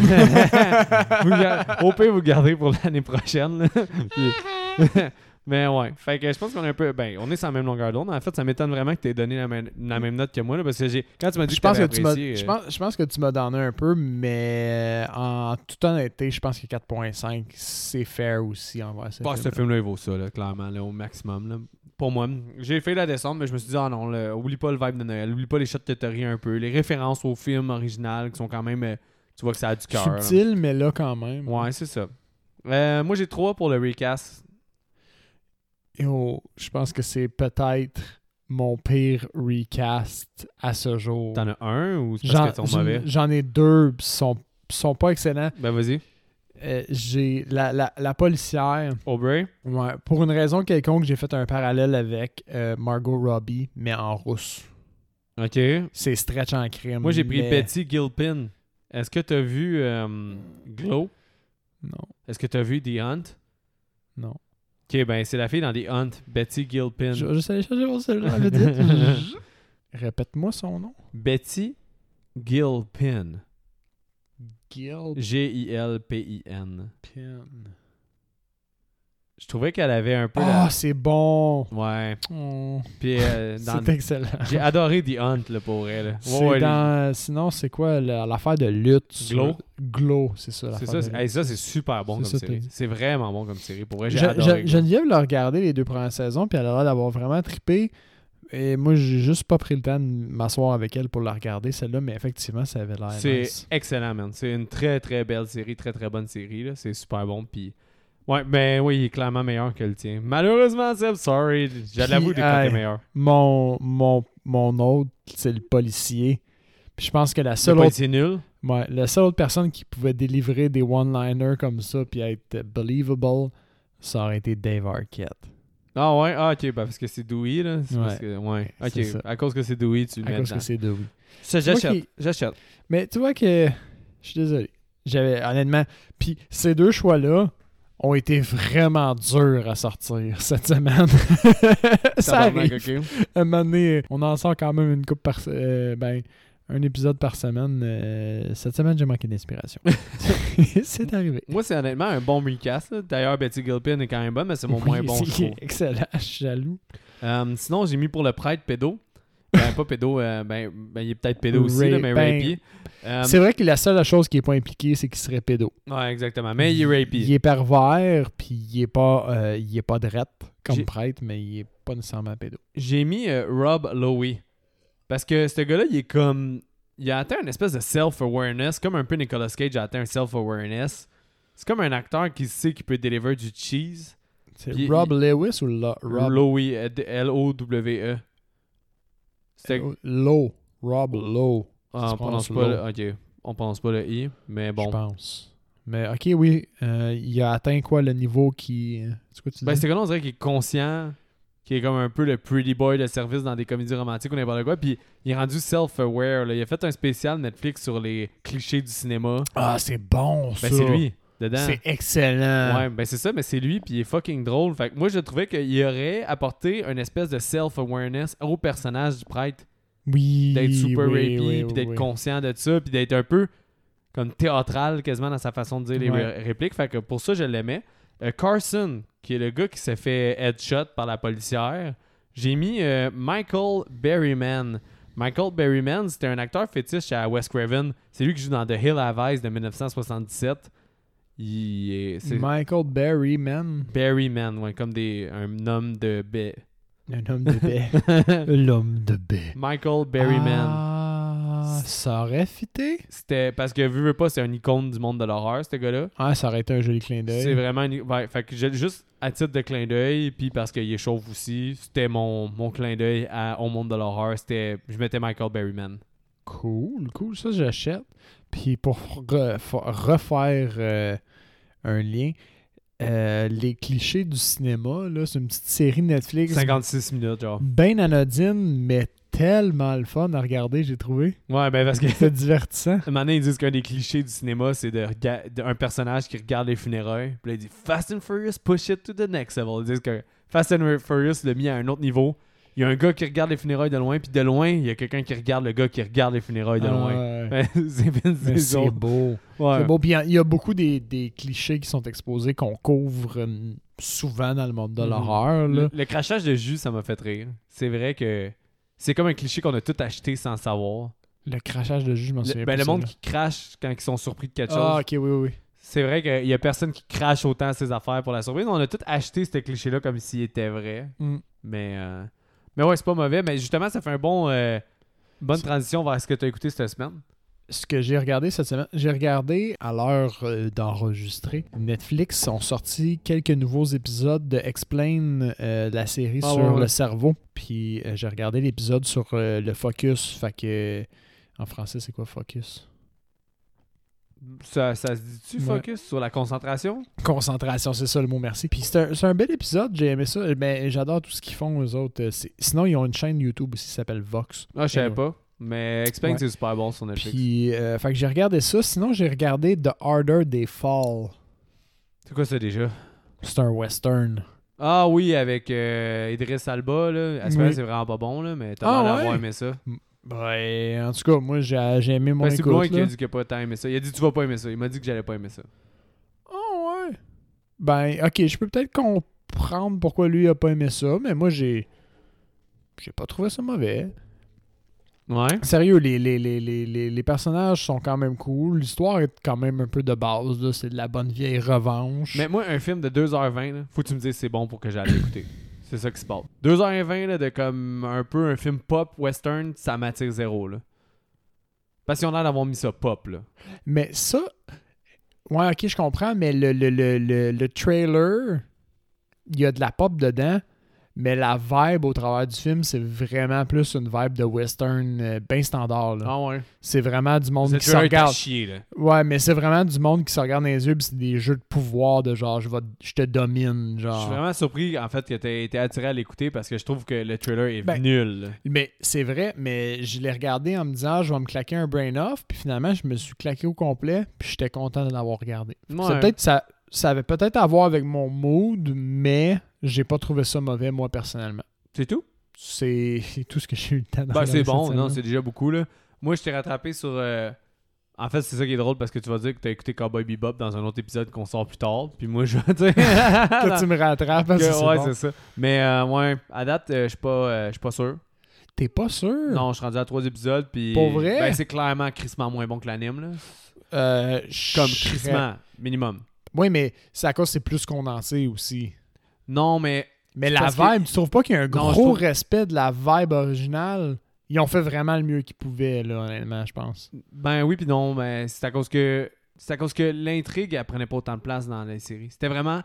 vous le gar- au pire, vous le gardez pour l'année prochaine. là. Puis- mais ouais, fait que je pense qu'on est un peu. Ben, on est sur la même longueur d'onde. En fait, ça m'étonne vraiment que tu aies donné la, même- la même note que moi, là, parce que j'ai quand tu m'as dit Je pense, que que euh. tu m'as, je, pense, je pense que tu m'as donné un peu, mais en toute honnêteté, je pense que 4.5, c'est fair aussi envers ce Bah, ce film. film-là, il vaut ça, là, clairement, là, au maximum. là. Pour moi, j'ai fait la descente, mais je me suis dit, ah non, là, oublie pas le vibe de Noël, oublie pas les shots de théorie un peu, les références au film original qui sont quand même. euh, Tu vois que ça a du cœur. là. Subtil, mais là quand même. Ouais, c'est ça. Euh, moi, j'ai 3 pour le recast. Et oh, je pense que c'est peut-être mon pire recast à ce jour. T'en as un ou c'est J'en, parce qu'ils sont mauvais? j'en ai deux, pis sont sont pas excellents. Ben, vas-y. Euh, j'ai la, la, la policière. Aubrey? Ouais, pour une raison quelconque, j'ai fait un parallèle avec euh, Margot Robbie, mais en rousse. OK. C'est stretch en crime. Moi, j'ai pris mais- Betty Gilpin. Est-ce que t'as vu euh, Glow? Non, Est-ce que t'as vu The Hunt? non. OK, ben, c'est la fille dans The Hunt, Betty Gilpin. Je vais juste aller chercher mon cellulaire vite, vite. Répète-moi son nom. Betty Gilpin. Gilpin. G-I-L-P-I-N. Je trouvais qu'elle avait un peu Ah, la- c'est bon. Ouais. Oh, Puis, euh, dans... c'est excellent. j'ai adoré The Hunt, là, pour elle. C'est dans- Sinon, c'est quoi la- l'affaire de lutte sur- Glow? Glow, c'est ça. C'est l'affaire ça, de c'est- lutte. hey, ça c'est super bon comme C'est ça, t'as série. dit. C'est vraiment bon comme série. Pour vrai, Je- j'ai adoré. je- Geneviève l'a regardé les deux premières saisons, puis elle a l'air d'avoir vraiment trippé. Et moi, j'ai juste pas pris le temps de m'asseoir avec elle pour la regarder, celle-là, mais effectivement, ça avait l'air. c'est nice. excellent, man. C'est une très très belle série, très très bonne série. là. C'est super bon. Puis Ouais, ben oui, il est clairement meilleur que le tien. Malheureusement, Seb, sorry. Puis, J'avoue des côtés hey. meilleurs. Mon, mon, mon autre, c'est le policier. Puis je pense que la C'est seule, pas autre, été nul. ouais, la seule autre personne qui pouvait délivrer des one-liners comme ça puis être believable, ça aurait été Dave Arquette. Ah ouais, ah, ok, bah, parce que c'est Dewey, là. C'est parce Ouais. que- ouais. C'est ça. Ok, à cause que c'est Dewey, tu le À mets cause dedans. que c'est Dewey. Ça, C'est moi J'achète, qui- j'achète. Mais tu vois que. Je suis désolé. J'avais, honnêtement. Puis ces deux choix-là ont été vraiment durs à sortir cette semaine. ça Tabarnak, arrive. ok. À un moment donné, on en sort quand même une coupe par. se- euh, ben, un épisode par semaine. Euh, cette semaine, j'ai manqué d'inspiration. c'est arrivé. Moi, c'est honnêtement un bon recast. là. D'ailleurs, Betty Gilpin est quand même bonne, mais c'est mon moins Oui, bon, c'est je trouve. Excellent, je suis jaloux. Euh, sinon, j'ai mis pour le prêtre pédo. Ben, pas pédo, euh, ben, ben, il est peut-être pédo aussi, Ray- là, mais ben, rapey. Euh, c'est vrai que la seule chose qui n'est pas impliquée, c'est qu'il serait pédo. ouais, exactement. Mais il est rapey. Il est pervers, puis il est pas, euh, il est pas drette comme J'ai- prêtre, mais il est pas nécessairement pédo. J'ai mis euh, Rob Lowe. Parce que ce gars-là, il est comme. Il a atteint une espèce de self-awareness, comme un peu Nicolas Cage a atteint un self-awareness. C'est comme un acteur qui sait qu'il peut deliver du cheese. C'est Puis- Rob Lewis ou Lo- Rob Lowe, euh, D- L-O-W-E. C'était- Lowe? Low. Rob Lowe, Ah, on prononce pas le, ok. On prononce pas le I, mais je bon. pense. Mais ok, oui, euh, il a atteint quoi le niveau qui. euh, C'est quoi tu Ben, dis? ce gars-là, on dirait qu'il est conscient, qu'il est comme un peu le pretty boy de service dans des comédies romantiques ou n'importe quoi. Puis il est rendu self-aware. là. Il a fait un spécial Netflix sur les clichés du cinéma. Ah, c'est bon ça. Ben, c'est lui, dedans. C'est excellent. Ouais, ben c'est ça, mais c'est lui, puis il est fucking drôle. Fait que moi, je trouvais qu'il aurait apporté une espèce de self-awareness au personnage du prêtre. Oui. D'être super oui, rapey, oui, puis oui, d'être oui. conscient de ça, puis d'être un peu comme théâtral quasiment dans sa façon de dire les Ouais. ré- répliques. Fait que pour ça, je l'aimais. Euh, Carson, qui est le gars qui s'est fait headshot par la policière, j'ai mis euh, Michael Berryman. Michael Berryman, c'était un acteur fétiche à Wes Craven. C'est lui qui joue dans The Hill Have Eyes de 1977. Il est... c'est- Michael Berry, man. Berryman, ouais, comme des, un homme de baie. Un homme de baie. L'homme de baie. Michael Berryman. Ah, ça aurait fité. C'était parce que, vu, veux pas, c'est un icône du monde de l'horreur, ce gars-là. Ah, ça aurait été un joli clin d'œil. C'est vraiment. une- ouais, fait que j'ai- juste à titre de clin d'œil, puis parce qu'il est chauve aussi, c'était mon, mon clin d'œil à- au monde de l'horreur. C'était. Je mettais Michael Berryman. Cool, cool. Ça, j'achète. Puis pour re- fa- refaire euh, un lien, euh, les clichés du cinéma, là, c'est une petite série Netflix. 56 minutes, genre. Bien anodine, mais tellement le fun à regarder, j'ai trouvé. Ouais, ben parce que. C'était divertissant. Maintenant, ils disent qu'un des clichés du cinéma, c'est de rega- d'un personnage qui regarde les funérailles. Puis là, il dit Fast and Furious, push it to the next level. Ils disent que Fast and Furious l'a mis à un autre niveau. Il y a un gars qui regarde les funérailles de loin, puis de loin, il y a quelqu'un qui regarde le gars qui regarde les funérailles de loin. Ah, Ouais. Ouais, c'est Vince Mais Diesel. c'est beau. Ouais. C'est beau. Puis il y a- il y, a beaucoup des, des clichés qui sont exposés, qu'on couvre euh, souvent dans le monde de Mhm. l'horreur. là. Le, le crachage de jus, ça m'a fait rire. C'est vrai que c'est comme un cliché qu'on a tout acheté sans savoir. Le crachage de jus, je m'en Le, souviens ben, pas, le monde celui-là. qui crache quand ils sont surpris de quelque chose. Ah, ok, oui, oui, oui. C'est vrai qu'il y a personne qui crache autant ses affaires pour la surprise. On a tout acheté ce cliché-là comme s'il était vrai. Mm. Mais, euh, mais ouais, c'est pas mauvais. Mais justement, ça fait un bon euh, bonne transition vers ce que tu as écouté cette semaine. ce que j'ai regardé cette semaine, j'ai regardé à l'heure euh, d'enregistrer. Netflix ont sorti quelques nouveaux épisodes de Explain, euh, la série Ah, sur ouais, ouais. le cerveau. Puis euh, j'ai regardé l'épisode sur euh, le focus. Fait que en français, c'est quoi focus Ça, ça se dit-tu, Ouais. focus, sur la concentration? Concentration, c'est ça le mot, merci. Puis c'est un, c'est un bel épisode, j'ai aimé ça. Mais j'adore tout ce qu'ils font eux autres. Euh, c'est- Sinon, ils ont une chaîne YouTube aussi qui s'appelle Vox. Ah, je savais Anyway. pas. Mais explain Ouais. que c'est super bon sur Netflix. Puis, euh, fait que j'ai regardé ça. Sinon, j'ai regardé The Harder They Fall. C'est quoi ça déjà? C'est un western. Ah oui, avec euh, Idris Alba, là. À ce Oui. moment-là, c'est vraiment pas bon, là, mais t'as Ah l'air ouais? d'avoir aimé ça. Ouais, en tout cas, moi, j'ai j'ai aimé mon Ben, c'est Blouin écoute. qui a là. dit qu'il a pas tant aimé ça. Il a dit tu vas pas aimer ça. Il m'a dit que j'allais pas aimer ça. Ah ouais. Ben, ok, je peux peut-être comprendre pourquoi lui a pas aimé ça, mais moi, j'ai. J'ai pas trouvé ça mauvais. Ouais. Sérieux, les, les, les, les, les, les personnages sont quand même cool. L'histoire est quand même un peu de base. là. C'est de la bonne vieille revanche. Mais moi, un film de 2h20, là, faut que tu me dises c'est bon pour que j'aille l'écouter. C'est ça qui se passe. 2h20 là, de comme un peu un film pop western, ça m'attire zéro là. Parce qu'ils ont l'air d'avoir mis ça pop là. Mais ça, Ouais, ok, je comprends, mais le, le, le, le, le trailer, il y a de la pop dedans, mais la vibe au travers du film, c'est vraiment plus une vibe de western euh, bien standard. là. Ah ouais. C'est vraiment du monde C'est qui se regarde. chier, là. Ouais, mais c'est vraiment du monde qui se regarde dans les yeux, puis c'est des jeux de pouvoir de genre, je, vais, je te domine, Je suis genre. vraiment surpris, en fait, que t'aies été attiré à l'écouter parce que je trouve que le trailer est Ben, nul. Mais c'est vrai, mais je l'ai regardé en me disant, je vais me claquer un brain off, puis finalement, je me suis claqué au complet, puis j'étais content de l'avoir regardé. C'est Ouais. peut-être ça, ça avait peut-être à voir avec mon mood, mais j'ai pas trouvé ça mauvais moi personnellement. C'est tout? C'est tout ce que j'ai eu le temps de Ben, regarder c'est bon, cette non, semaine. c'est déjà beaucoup, là. Moi, je t'ai rattrapé sur. euh, En fait, c'est ça qui est drôle parce que tu vas dire que t'as écouté Cowboy Bebop dans un autre épisode qu'on sort plus tard. Puis moi, je vais dire. Toi, tu me rattrapes parce que Que- c'est ouais, bon. c'est ça. Mais euh, ouais, à date, euh, je suis pas, euh, je suis pas sûr. T'es pas sûr? Non, je suis rendu à trois épisodes. Puis, Hmm. Pour vrai? Ben, c'est clairement crissement moins bon que l'anime. Là. Euh, je Comme serais- crissement, minimum. Oui, mais c'est à cause que c'est plus condensé aussi. Non, mais Mais C'est la parce vibe, que- tu trouves pas qu'il y a un Non, gros je trouve- respect de la vibe originale? Ils ont fait vraiment le mieux qu'ils pouvaient, là, honnêtement, je pense. Ben oui, puis non, ben, c'est à cause que c'est à cause que l'intrigue elle prenait pas autant de place dans la série. C'était vraiment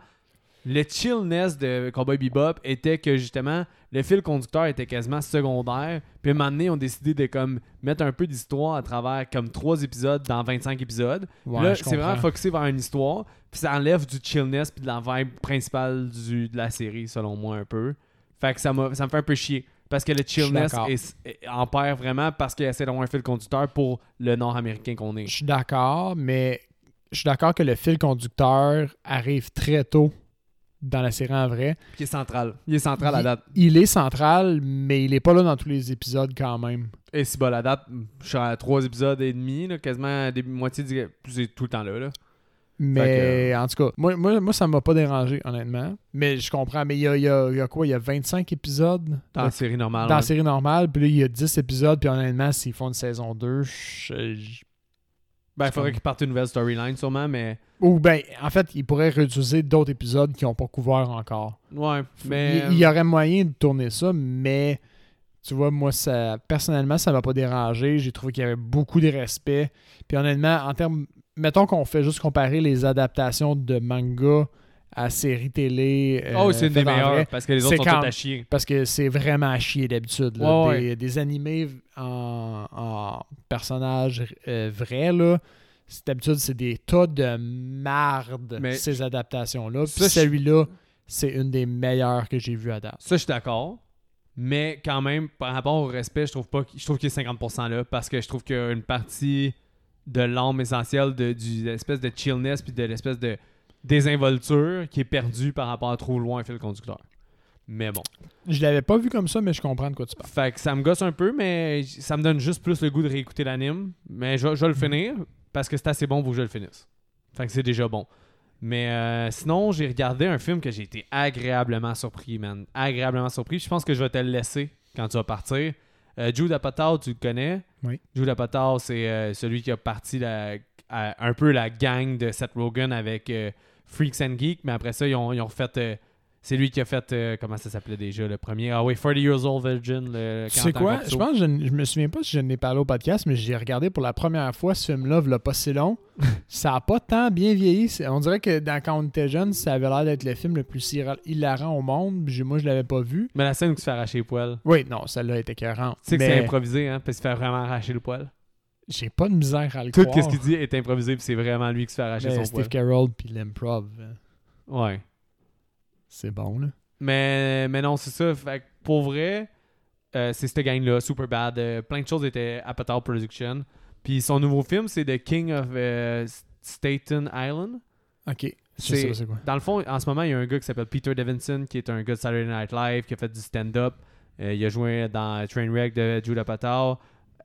le chillness de Cowboy Bebop était que justement le fil conducteur était quasiment secondaire. Puis à un moment donné, on décidé de comme mettre un peu d'histoire à travers comme trois épisodes dans 25 épisodes. Puis Ouais, là, je c'est vraiment comprends. focusé vers une histoire, puis ça enlève du chillness puis de la vibe principale du, de la série selon moi un peu. Fait que ça m'a- ça me fait un peu chier parce que le suis chillness d'accord. est- est- en perd vraiment parce qu'il essaie d'avoir un fil conducteur pour le nord-américain qu'on est. Je suis d'accord, mais je suis d'accord que le fil conducteur arrive très tôt dans la série en vrai. Qui est central. Il est central à date. Il est central, mais il est pas là dans tous les épisodes quand même. Et si bon, à date, je suis à trois épisodes et demi, là, quasiment des moitiés du... C'est tout le temps là. là. Mais en tout cas, moi, moi, moi ça m'a pas dérangé, honnêtement. Mais je comprends, mais il y a, il y a- il y a quoi? Il y a 25 épisodes Dans la série normale. dans la ouais. série normale, puis là, il y a 10 épisodes, puis honnêtement, s'ils font une saison 2, je- je- Ben, il faudrait qu'il parte une nouvelle storyline sûrement, mais... ou ben, en fait, ils pourraient réutiliser d'autres épisodes qui n'ont pas couvert encore. Ouais, mais... euh, Il, il y aurait moyen de tourner ça, mais tu vois, moi, ça personnellement, ça m'a pas dérangé. J'ai trouvé qu'il y avait beaucoup de respect. Puis honnêtement, en termes. Mettons qu'on fait juste comparer les adaptations de manga à séries télé. euh, Oh, c'est une des faites en meilleures, vrai, parce que les C'est autres sont quand- toutes à chier. parce que c'est vraiment à chier d'habitude. là. Ouais, ouais. des, des animés en, en personnages euh, vrais, là. c'est- D'habitude, c'est des tas de marde, Mais- ces adaptations-là. Ça, Puis je- celui-là, c'est une des meilleures que j'ai vues à date. Ça, je suis d'accord. Mais quand même, par rapport au respect, je trouve pas qu'il- je trouve qu'il est 50% là parce que je trouve qu'il y a une partie de l'âme essentielle de, du- de l'espèce de chillness puis de l'espèce de désinvolture qui est perdue par rapport à trop loin un fil conducteur. Mais bon. Je l'avais pas vu comme ça, mais je comprends de quoi tu parles. Fait que ça me gosse un peu, mais j- ça me donne juste plus le goût de réécouter l'anime. Mais je, vais- je vais le finir parce que c'est assez bon pour que je le finisse. Fait que c'est déjà bon. Mais euh, sinon, j'ai regardé un film que j'ai été agréablement surpris, man. Agréablement surpris. Je pense que je vais te le laisser quand tu vas partir. Euh, Jude Apatow, tu le connais. Oui. Jude Apatow, c'est euh, celui qui a parti la- à- un peu la gang de Seth Rogen avec euh, Freaks and Geeks. Mais après ça, ils ont, ils ont refait... euh, c'est lui qui a fait, euh, comment ça s'appelait déjà, le premier. Ah oui, 40 Years Old Virgin. Le Tu sais 40 ans quoi? corso. Je pense que je, n- je me souviens pas si je n'ai parlé au podcast, mais j'ai regardé pour la première fois ce film-là, v'là pas si long. ça a pas tant bien vieilli. C'est- On dirait que dans Quand on était jeune, ça avait l'air d'être le film le plus hira- hilarant au monde. Puis j'ai- Moi, je l'avais pas vu. Mais la scène où tu se fait arracher le poil. Oui, non, celle-là était écœurante. Tu sais que c'est Mais improvisé, hein, parce qu'il se fait vraiment arracher le poil. J'ai pas de misère à le Tout croire. ce qu'il dit est improvisé, puis c'est vraiment lui qui se fait arracher Mais son Steve poil. Carroll puis l'improv, euh, Ouais. c'est bon, là. Mais, mais non, c'est ça. Fait que pour vrai, euh, c'est cette gang-là, Superbad. euh, plein de choses étaient Apatow Production. Puis son nouveau film, c'est The King of euh, Staten Island. OK. Je C'est- sais pas c'est quoi. Dans le fond, en ce moment, il y a un gars qui s'appelle Peter Davidson, qui est un gars de Saturday Night Live, qui a fait du stand-up. Euh, il a joué dans Trainwreck de Jude Apatow.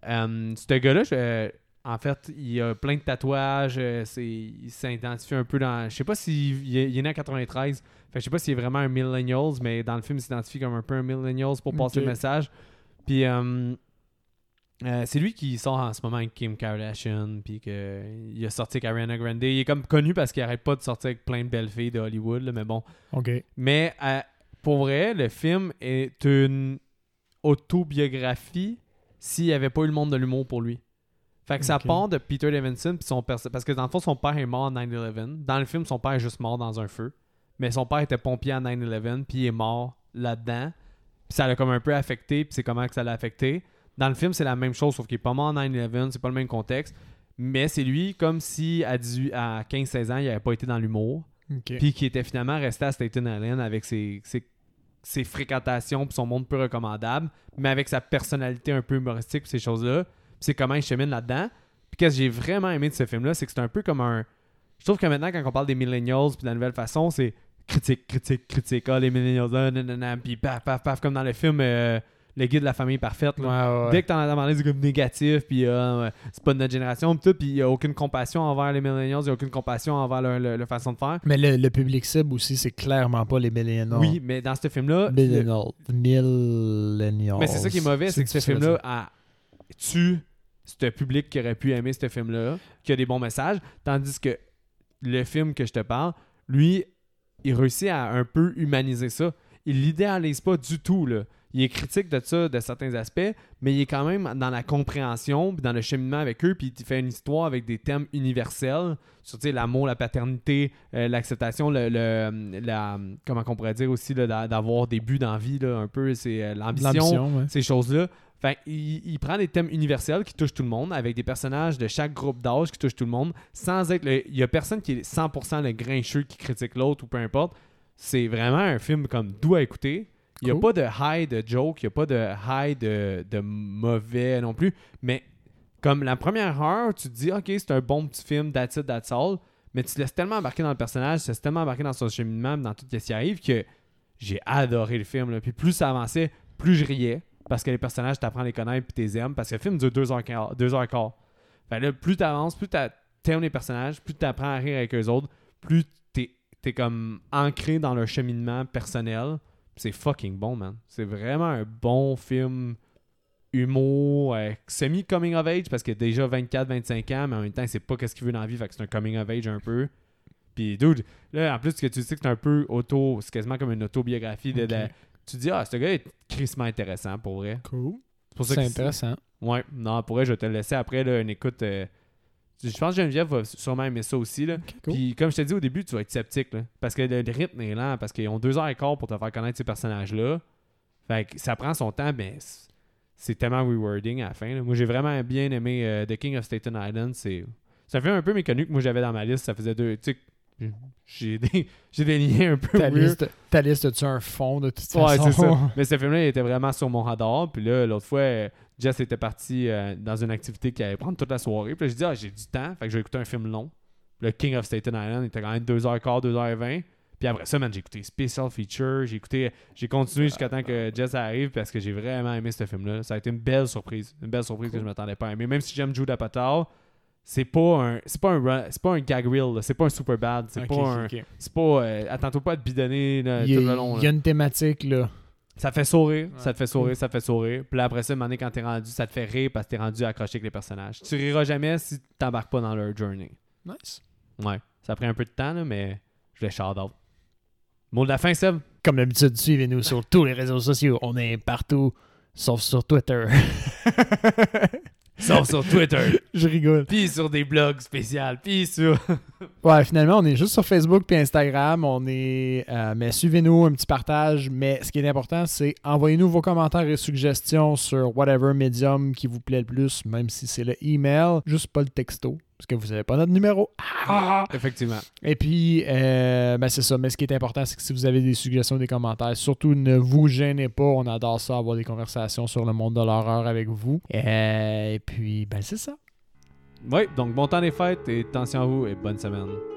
Euh, ce gars-là, je- euh, en fait, il a plein de tatouages. euh, c'est- il s'identifie un peu dans. Je sais pas s'il il est, il est né en 93. Fait que je sais pas s'il est vraiment un millennials, mais dans le film, il s'identifie comme un peu un millennials pour passer Ok. le message. Puis. euh, euh, c'est lui qui sort en ce moment avec Kim Kardashian, puis que euh, il a sorti avec Ariana Grande. Il est comme connu parce qu'il arrête pas de sortir avec plein de belles filles de Hollywood, là, mais bon. OK. Mais euh, pour vrai, le film est une autobiographie s'il n'y avait pas eu le monde de l'humour pour lui. Fait que ça Ok. part de Peter Levinson puis son perso- parce que dans le fond son père est mort en 9/11. Dans le film son père est juste mort dans un feu, mais son père était pompier à 9/11 puis il est mort là-dedans. Puis ça l'a comme un peu affecté, puis c'est comment que ça l'a affecté. Dans le film, c'est la même chose sauf qu'il est pas mort en 9/11, c'est pas le même contexte, mais c'est lui comme si à 18 à 15-16 ans, il avait pas été dans l'humour, Ok. puis qui était finalement resté à Staten Island avec ses ses, ses fréquentations puis son monde peu recommandable, mais avec sa personnalité un peu humoristique puis ces choses-là puis c'est comment il chemine là-dedans. Puis qu'est-ce que j'ai vraiment aimé de ce film-là, c'est que c'est un peu comme un... Je trouve que maintenant, quand on parle des millennials puis de la nouvelle façon, c'est critique, critique, critique. Ah, les millennials, ah, nanana, puis paf, paf, paf, comme dans le film euh, Le guide de la famille parfaite. Ouais, là. ouais. Dès que t'en entends parler, c'est comme négatif, puis ah, ouais, c'est pas de notre génération, puis tout, puis il n'y a aucune compassion envers les millennials, il n'y a aucune compassion envers leur, leur- leur façon de faire. Mais le, le public cible aussi, c'est clairement pas les millennials. Oui, mais dans ce film-là, le- Millennials. Millennials. Mais c'est ça qui est mauvais, c'est que ce difficile à film-là a- tue ce public qui aurait pu aimer ce film-là, qui a des bons messages, tandis que le film que je te parle, lui, il réussit à un peu humaniser ça. Il l'idéalise pas du tout, là. Il est critique de ça, de certains aspects, mais il est quand même dans la compréhension, puis dans le cheminement avec eux, puis il fait une histoire avec des thèmes universels sur tu sais, l'amour, la paternité, euh, l'acceptation, le, le- la, hum, comment on pourrait dire aussi, là, d'a- d'avoir des buts dans la vie, là, un peu, c'est euh, dire. l'ambition, L'ambition, ouais. ces choses-là. Fait il, il prend des thèmes universels qui touchent tout le monde, avec des personnages de chaque groupe d'âge qui touchent tout le monde, sans être. le- Il y a personne qui est 100% le grincheux qui critique l'autre ou peu importe. C'est vraiment un film comme doux à écouter. Il n'y Cool. a pas de high de joke, il n'y a pas de high de, de mauvais non plus. Mais comme la première heure, tu te dis, OK, c'est un bon petit film, that's it, that's all. Mais tu te laisses tellement embarquer dans le personnage, tu te laisses tellement embarquer dans son cheminement, dans tout ce qui arrive, que j'ai adoré le film. là. Puis plus ça avançait, plus je riais. Parce que les personnages, t'apprends à les connaître puis t'es aimes. Parce que le film dure 2h15. Deux heures et quart. Fait là, plus t'avances, plus t'a- t'aimes les personnages, plus t'apprends à rire avec eux autres, plus t'es es comme ancré dans leur cheminement personnel. Puis C'est fucking bon, man. C'est vraiment un bon film humour, euh, semi-coming of age, parce qu'il a déjà 24-25 ans, mais en même temps, c'est pas qu'est-ce qu'il veut dans la vie, fait que c'est un coming of age un peu. Puis, dude, là, en plus, que tu sais que c'est un peu auto, c'est quasiment comme une autobiographie de, la- Ok. tu dis ah ce gars est crissement intéressant pour vrai Cool. c'est pour ça C'est que intéressant. ouais non pour vrai je vais te laisser après là, une écoute euh, je pense que Geneviève va sûrement aimer ça aussi là Ok, cool. puis comme je t'ai dit au début tu vas être sceptique là, parce que le, le rythme est lent parce qu'ils ont deux heures et quart pour te faire connaître ces personnages là fait que ça prend son temps mais c'est- c'est tellement rewarding à la fin là. moi j'ai vraiment bien aimé euh, The King of Staten Island c'est ça fait un peu méconnu que moi j'avais dans ma liste ça faisait deux tu sais j'ai des j'ai des liens un peu ta, weird. liste, ta liste, tu un fond de toute Ouais, façon? c'est ça. Mais ce film-là, il était vraiment sur mon radar. Puis là, l'autre fois, euh, Jess était parti euh, dans une activité qui allait prendre toute la soirée. Puis là, j'ai dit, ah, j'ai du temps. Fait que je vais écouter un film long. Puis Le King of Staten Island il était quand même 2h15, 2h20. Puis après ça, man, j'ai écouté Special Feature. J'ai écouté, j'ai continué jusqu'à temps que Jess arrive parce que j'ai vraiment aimé ce film-là. Ça a été une belle surprise. Une belle surprise que je m'attendais pas à aimer. Même si j'aime Jude Apatow, c'est pas un c'est pas un run- c'est pas un gag reel là. c'est pas un super bad c'est Ok, pas un ok, ok. c'est pas euh, attends-toi pas à te bidonner là, Il y, tout a- le long il là. y a une thématique, là. Ça te fait sourire, Ouais. ça te fait sourire, ça te fait sourire. Puis là, après ça, une année, quand t'es rendu, ça te fait rire parce que t'es rendu accroché avec les personnages. Tu riras jamais si t'embarques pas dans leur journey. Nice. Ouais. Ça a pris un peu de temps, là, mais je l'ai shout out. Mot de la fin, Seb. Comme d'habitude, suivez-nous sur tous les réseaux sociaux. On est partout, sauf sur Twitter. Sauf sur Twitter, Je rigole. puis sur des blogs spéciaux, puis sur. Ouais, finalement, on est juste sur Facebook puis Instagram. On est. euh, mais suivez-nous, un petit partage. Mais ce qui est important, c'est envoyez-nous vos commentaires et suggestions sur whatever medium qui vous plaît le plus, même si c'est le email, juste pas le texto, parce que vous n'avez pas notre numéro. Ah! Effectivement. Et puis, euh, ben c'est ça. Mais ce qui est important, c'est que si vous avez des suggestions, des commentaires, surtout ne vous gênez pas. On adore ça, avoir des conversations sur le monde de l'horreur avec vous. Euh, et puis, ben c'est ça. Ouais, donc bon temps des fêtes et attention à vous et bonne semaine.